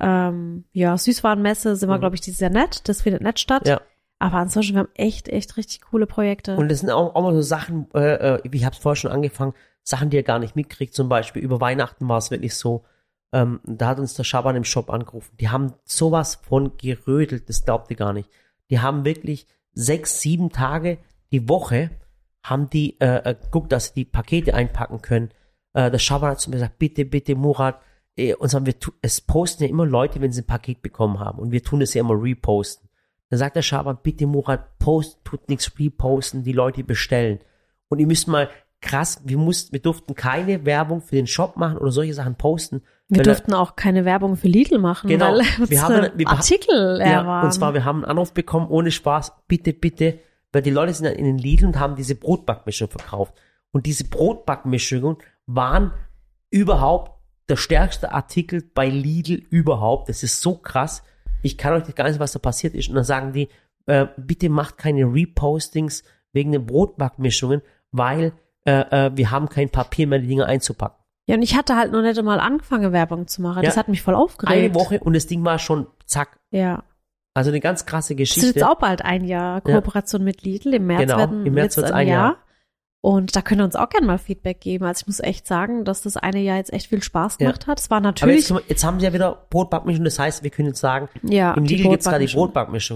Ähm, ja, Süßwarenmesse sind wir,
Mhm.
glaube ich, dieses Jahr nett. Das findet nett statt.
ja.
Aber ansonsten, wir haben echt, echt richtig coole Projekte.
Und das sind auch, auch mal so Sachen, äh, äh, ich habe es vorher schon angefangen, Sachen, die ihr gar nicht mitkriegt. Zum Beispiel über Weihnachten war es wirklich so, ähm, da hat uns der Schaban im Shop angerufen. Die haben sowas von gerödelt, das glaubt ihr gar nicht. Die haben wirklich sechs, sieben Tage die Woche, haben die äh, äh, guckt, dass sie die Pakete einpacken können. Äh, der Schaban hat zu mir gesagt, bitte, bitte, Murat, äh, und sagen, wir tu- es posten ja immer Leute, wenn sie ein Paket bekommen haben. Und wir tun es ja immer reposten. Dann sagt der Schaban, bitte Murat, post, tut nichts reposten, die Leute bestellen. Und ihr müsst mal, krass, wir mussten, wir durften keine Werbung für den Shop machen oder solche Sachen posten.
wir
Weil-
durften auch keine Werbung für Lidl machen,
Genau.
weil
Wir
unsere
haben- wir-
Artikel leer
ja,
waren.
und zwar, wir haben einen Anruf bekommen, ohne Spaß, bitte, bitte, weil die Leute sind dann in den Lidl und haben diese Brotbackmischung verkauft. Und diese Brotbackmischungen waren überhaupt der stärkste Artikel bei Lidl überhaupt. Das ist so krass. Ich kann euch nicht gar nicht, was da passiert ist. Und dann sagen die, äh, bitte macht keine Repostings wegen den Brotbackmischungen, weil äh, äh, wir haben kein Papier mehr, die Dinge einzupacken.
Ja, und ich hatte halt noch nicht mal angefangen, Werbung zu machen. Das
Ja.
hat mich voll aufgeregt.
Eine Woche und das Ding war schon zack.
Ja.
Also eine ganz krasse
Das ist jetzt
Geschichte.
auch bald ein Jahr Kooperation mit Lidl. Im März
Genau,
werden
im März
wird's
wird's ein Jahr.
Und da könnt ihr uns auch gerne mal Feedback geben. Also ich muss echt sagen, dass das eine Jahr jetzt echt viel Spaß
Ja.
gemacht hat. Es war
Aber jetzt,
natürlich,
jetzt haben sie ja wieder Brotbackmischung, das heißt, wir können jetzt sagen,
ja,
im
die
Lidl gibt's gerade die
Brotbackmischung.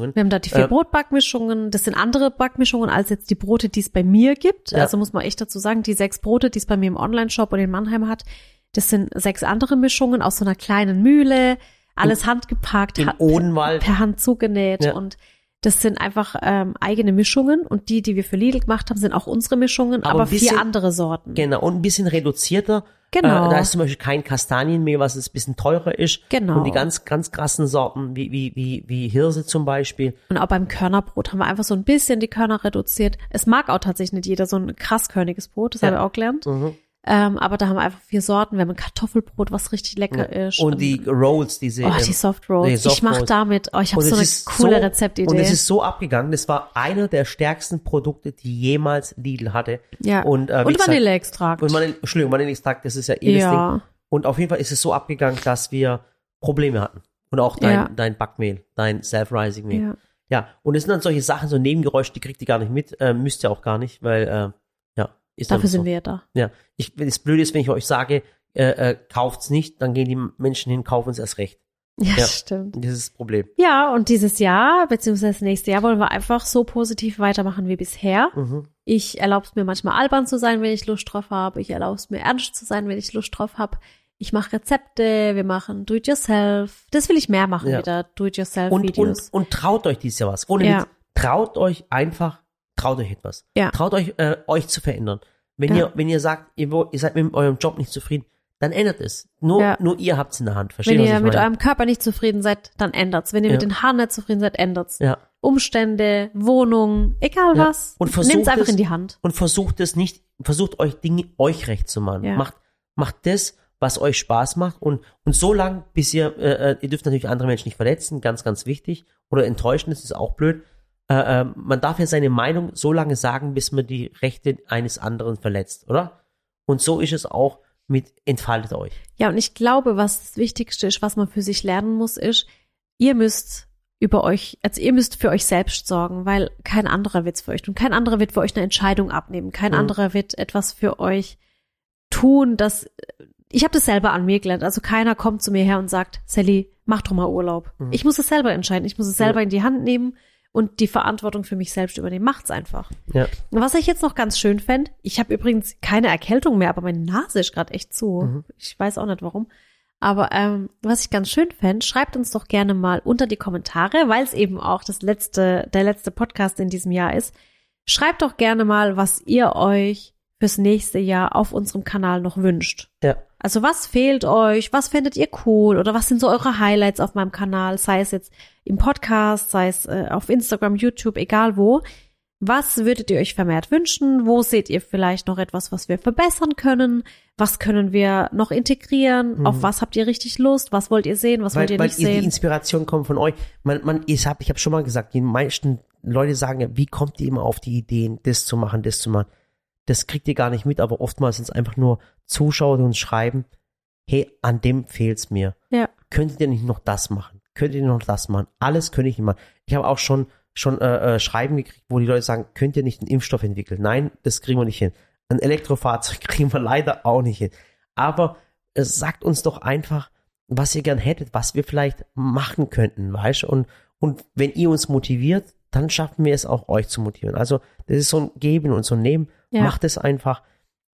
Brotbackmischungen.
Wir haben da die vier
Äh,
Brotbackmischungen. Das sind andere Backmischungen als jetzt die Brote, die es bei mir gibt.
Ja.
Also muss man echt dazu sagen, die sechs Brote, die es bei mir im Online-Shop und in Mannheim hat, das sind sechs andere Mischungen aus so einer kleinen Mühle, alles handgepackt,
Im
ha-
Odenwald.
per Hand zugenäht
Ja.
und das sind einfach ähm, eigene Mischungen und die, die wir für Lidl gemacht haben, sind auch unsere Mischungen,
Aber
aber,
ein bisschen-
vier andere Sorten.
Genau, und ein bisschen reduzierter.
Genau.
Äh, da ist zum Beispiel kein Kastanienmehl, was jetzt ein bisschen teurer ist.
Genau.
Und die ganz, ganz krassen Sorten, wie, wie, wie, wie Hirse zum Beispiel.
Und auch beim Körnerbrot haben wir einfach so ein bisschen die Körner reduziert. Es mag auch tatsächlich nicht jeder so ein krass körniges Brot, das
Ja.
habe ich auch gelernt.
Mhm.
Ähm, aber da haben wir einfach vier Sorten. Wir haben ein Kartoffelbrot, was richtig lecker ist.
Und die Rolls, diese.
oh, die
ähm,
Soft Rolls.
die
ich mache
Soft-Rolls.
damit, oh, ich habe
Und
so
es
eine
ist
coole
so-
Rezeptidee.
Und es ist so abgegangen. Das war einer der stärksten Produkte, die jemals Lidl hatte.
ja.
Und, äh, wie gesagt-
Vanilleextrakt.
Und man, Entschuldigung, man sagt, das ist ja eh das Ding.
ja.
Und auf jeden Fall ist es so abgegangen, dass wir Probleme hatten. Und auch dein,
Ja.
dein Backmehl, dein Self-Rising-Mehl. Ja.
ja.
und es sind dann solche Sachen, so Nebengeräusche, die kriegt ihr gar nicht mit, äh, müsst ihr auch gar nicht, weil, äh, ja, ist
Dafür
einfach so.
sind wir ja da.
Ja, ich, das Blöde ist, wenn ich euch sage, äh, äh, kauft's nicht, dann gehen die Menschen hin, kaufen es erst recht.
Ja,
Ja.
stimmt.
Und Das ist das Problem.
Ja, und dieses Jahr, beziehungsweise das nächste Jahr, wollen wir einfach so positiv weitermachen wie bisher.
Mhm.
Ich erlaube es mir manchmal albern zu sein, wenn ich Lust drauf habe. Ich erlaube es mir ernst zu sein, wenn ich Lust drauf habe. Ich mache Rezepte, wir machen Do-it-yourself. Das will ich mehr machen
Ja.
wieder,
Und, und,
Do-it-yourself-Videos.
und traut euch dieses Jahr was. Ohne
Ja.
Witz, traut euch einfach, traut euch etwas.
Ja.
Traut euch, äh, euch zu verändern. Wenn
Ja.
ihr, wenn ihr sagt, ihr, wo- ihr seid mit eurem Job nicht zufrieden, dann ändert es. Nur,
Ja.
nur ihr habt's in der Hand. Versteht
Wenn
was
ihr
ich
mit
meine?
eurem Körper nicht zufrieden seid, dann ändert's. Wenn ihr mit
Ja.
den Haaren nicht zufrieden seid, ändert's.
ja.
Umstände, Wohnung, egal
Ja.
was.
Und versucht
Nehmt's einfach
es-
in die Hand.
Und versucht es nicht, versucht euch Dinge euch recht zu machen.
Ja.
Macht, macht das, was euch Spaß macht und, und so lang, bis ihr, äh, äh, ihr dürft natürlich andere Menschen nicht verletzen, ganz, ganz wichtig. Oder enttäuschen, das ist auch blöd. Äh, äh, man darf ja seine Meinung so lange sagen, bis man die Rechte eines anderen verletzt, oder? Und so ist es auch mit entfaltet euch.
Ja, und ich glaube, was das Wichtigste ist, was man für sich lernen muss, ist, ihr müsst über euch, also ihr müsst für euch selbst sorgen, weil kein anderer wird's für euch tun. Kein anderer wird für euch eine Entscheidung abnehmen. Kein
Mhm.
anderer wird etwas für euch tun, das ich habe das selber an mir gelernt. Also keiner kommt zu mir her und sagt, Sally, mach doch mal Urlaub.
Mhm.
Ich muss es selber entscheiden. Ich muss es selber in die Hand nehmen und die Verantwortung für mich selbst übernehmen. Macht's einfach.
Ja.
Und Was ich jetzt noch ganz schön fänd, ich habe übrigens keine Erkältung mehr, aber meine Nase ist gerade echt zu.
Mhm.
Ich weiß auch nicht warum. Aber ähm, was ich ganz schön fänd, schreibt uns doch gerne mal unter die Kommentare, weil es eben auch das letzte, der letzte Podcast in diesem Jahr ist. Schreibt doch gerne mal, was ihr euch fürs nächste Jahr auf unserem Kanal noch wünscht.
Ja.
Also was fehlt euch? Was findet ihr cool? Oder was sind so eure Highlights auf meinem Kanal? Sei es jetzt im Podcast, sei es äh, auf Instagram, YouTube, egal wo. Was würdet ihr euch vermehrt wünschen? Wo seht ihr vielleicht noch etwas, was wir verbessern können? Was können wir noch integrieren? Auf was habt ihr richtig Lust? Was wollt ihr sehen? Was wollt ihr
Mhm. weil
nicht
die
sehen?
Inspiration kommt von euch. Man, man, ich habe ich hab schon mal gesagt, die meisten Leute sagen ja, wie kommt ihr immer auf die Ideen, das zu machen, das zu machen. Das kriegt ihr gar nicht mit, aber oftmals sind es einfach nur Zuschauer, die uns schreiben, hey, an dem fehlt's mir.
Ja.
Könntet ihr nicht noch das machen? Könntet ihr noch das machen? Alles könnte ich nicht machen. Ich habe auch schon, schon äh, äh, Schreiben gekriegt, wo die Leute sagen, könnt ihr nicht einen Impfstoff entwickeln? Nein, das kriegen wir nicht hin. Ein Elektrofahrzeug [laughs] kriegen wir leider auch nicht hin. Aber es sagt uns doch einfach, was ihr gern hättet, was wir vielleicht machen könnten, weißt du? Und, und wenn ihr uns motiviert, dann schaffen wir es auch, euch zu motivieren. Also, das ist so ein Geben und so ein Nehmen.
Ja.
Macht es einfach.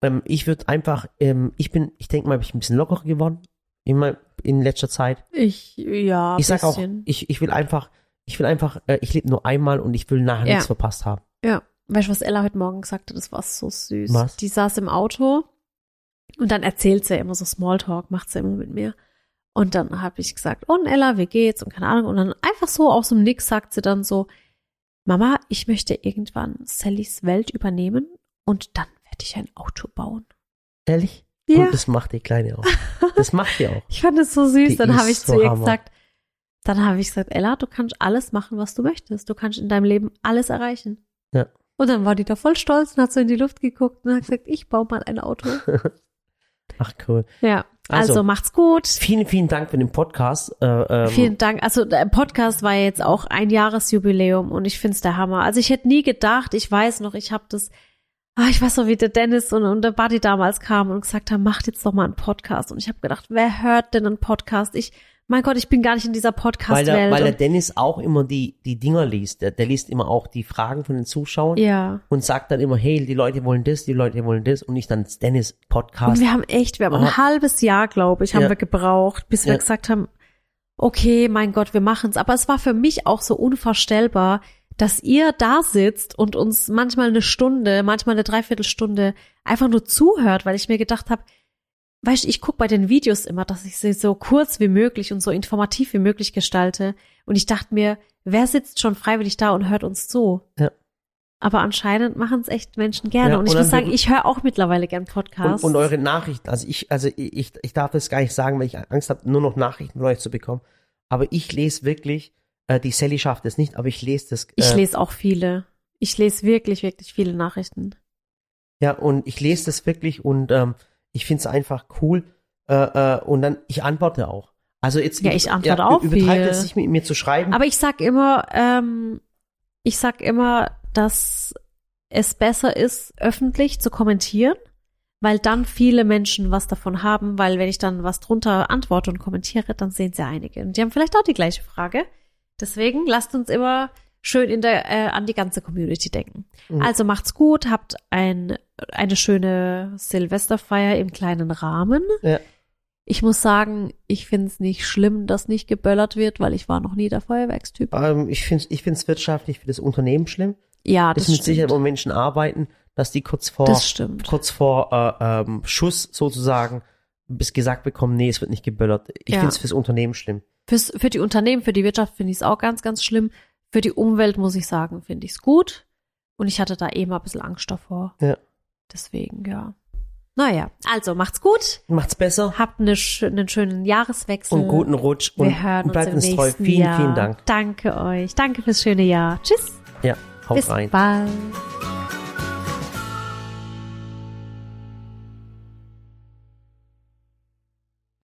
Ähm, ich würde einfach, ähm, ich bin, ich denke mal, bin ich ein bisschen lockerer geworden immer in letzter Zeit.
Ich, ja,
ich sag auch,
bisschen.
ich, ich will einfach, ich will einfach, äh, ich lebe nur einmal und ich will nachher
Ja.
nichts verpasst haben.
Ja. Weißt du, was Ella heute Morgen gesagt hat? Das war so süß.
Was?
Die saß im Auto und dann erzählt sie immer so Smalltalk, macht sie immer mit mir. Und dann habe ich gesagt, und Ella, wie geht's? Und keine Ahnung. Und dann einfach so aus dem Nix sagt sie dann so, Mama, ich möchte irgendwann Sallys Welt übernehmen und dann werde ich ein Auto bauen.
Ehrlich?
Ja.
Und das macht die Kleine auch. Das macht die auch.
Ich fand es so süß.
Die
dann habe
ist
ich zu
so
ihr
Hammer.
gesagt, dann habe ich gesagt, Ella, du kannst alles machen, was du möchtest. Du kannst in deinem Leben alles erreichen.
Ja.
Und dann war die da voll stolz und hat so in die Luft geguckt und hat gesagt, ich baue mal ein
[laughs]
Auto.
Ach cool.
Ja. [laughs] Also,
Also.
macht's gut.
Vielen, vielen Dank für den Podcast. Äh, ähm,
Vielen Dank. Also der Podcast war ja jetzt auch ein Jahresjubiläum und ich find's der Hammer. Also ich hätte nie gedacht, ich weiß noch, ich habe das, ah, ich weiß noch, wie der Dennis und, und der Buddy damals kamen und gesagt haben, macht jetzt doch mal einen Podcast. Und ich habe gedacht, wer hört denn einen Podcast? Ich, mein Gott, ich bin gar nicht in dieser
weil, der, weil der
Podcast-Welt.
Dennis auch immer die, die Dinger liest. Der, der liest immer auch die Fragen von den Zuschauern
Und- Ja.
und sagt dann immer, hey, die Leute wollen das, die Leute wollen das und ich dann Dennis
Und
Podcast.
wir haben echt, wir haben
Aha.
ein halbes Jahr, glaube ich, haben
Ja.
wir gebraucht, bis wir
Ja.
gesagt haben, okay, mein Gott, wir machen's. Aber es war für mich auch so unvorstellbar, dass ihr da sitzt und uns manchmal eine Stunde, manchmal eine Dreiviertelstunde einfach nur zuhört, weil ich mir gedacht habe, weißt du, ich guck bei den Videos immer, dass ich sie so kurz wie möglich und so informativ wie möglich gestalte. Und ich dachte mir, wer sitzt schon freiwillig da und hört uns zu?
Ja.
Aber anscheinend machen's echt Menschen gerne.
Ja,
und ich
und
muss
dann-
sagen, ich höre auch mittlerweile gern Podcasts.
Und, und eure Nachrichten, also ich, also ich- ich, ich darf das gar nicht sagen, weil ich Angst habe, nur noch Nachrichten von euch zu bekommen. Aber ich lese wirklich, äh, die Sally schafft es nicht, aber ich lese das. Äh,
Ich lese auch viele. Ich lese wirklich, wirklich viele Nachrichten.
Ja, und ich lese das wirklich und ähm, ich finde es einfach cool. Äh, äh, und dann, ich antworte auch. Also jetzt
Ja, ich antworte auch
Übertreibt
viel.
es nicht mit mir zu schreiben.
Aber ich sag immer, ähm, ich sag immer, dass es besser ist, öffentlich zu kommentieren, weil dann viele Menschen was davon haben, weil wenn ich dann was drunter antworte und kommentiere, dann sehen sie einige. Und die haben vielleicht auch die gleiche Frage. Deswegen lasst uns immer schön in der, äh, an die ganze Community denken.
Mhm.
Also macht's gut, habt ein, eine schöne Silvesterfeier im kleinen Rahmen.
Ja.
Ich muss sagen, ich find's nicht schlimm, dass nicht geböllert wird, weil ich war noch nie der Feuerwerkstyp.
ähm, ich finde es ich find's wirtschaftlich für das Unternehmen schlimm.
Ja,
Das
das
ist mit
stimmt.
Sicherheit, um- wo Menschen arbeiten, dass die kurz vor,
Das stimmt.
kurz vor äh, ähm, Schuss sozusagen bis gesagt bekommen, nee, es wird nicht geböllert. Ich
Ja.
finde es fürs Unternehmen schlimm.
Fürs, für die Unternehmen, für die Wirtschaft finde ich's auch ganz, ganz schlimm. Für die Umwelt muss ich sagen, finde ich's gut. Und ich hatte da eh mal ein bisschen Angst davor.
Ja.
Deswegen, ja. Naja, also macht's gut.
Macht's besser
Habt eine, sch- einen schönen Jahreswechsel.
und guten Rutsch und,
Wir hören
und bleibt
uns
uns
im
treu.
nächsten
Vielen,
Jahr.
vielen Dank.
Danke euch. Danke fürs schöne Jahr. Tschüss.
Ja, haut
Bis
rein.
bald.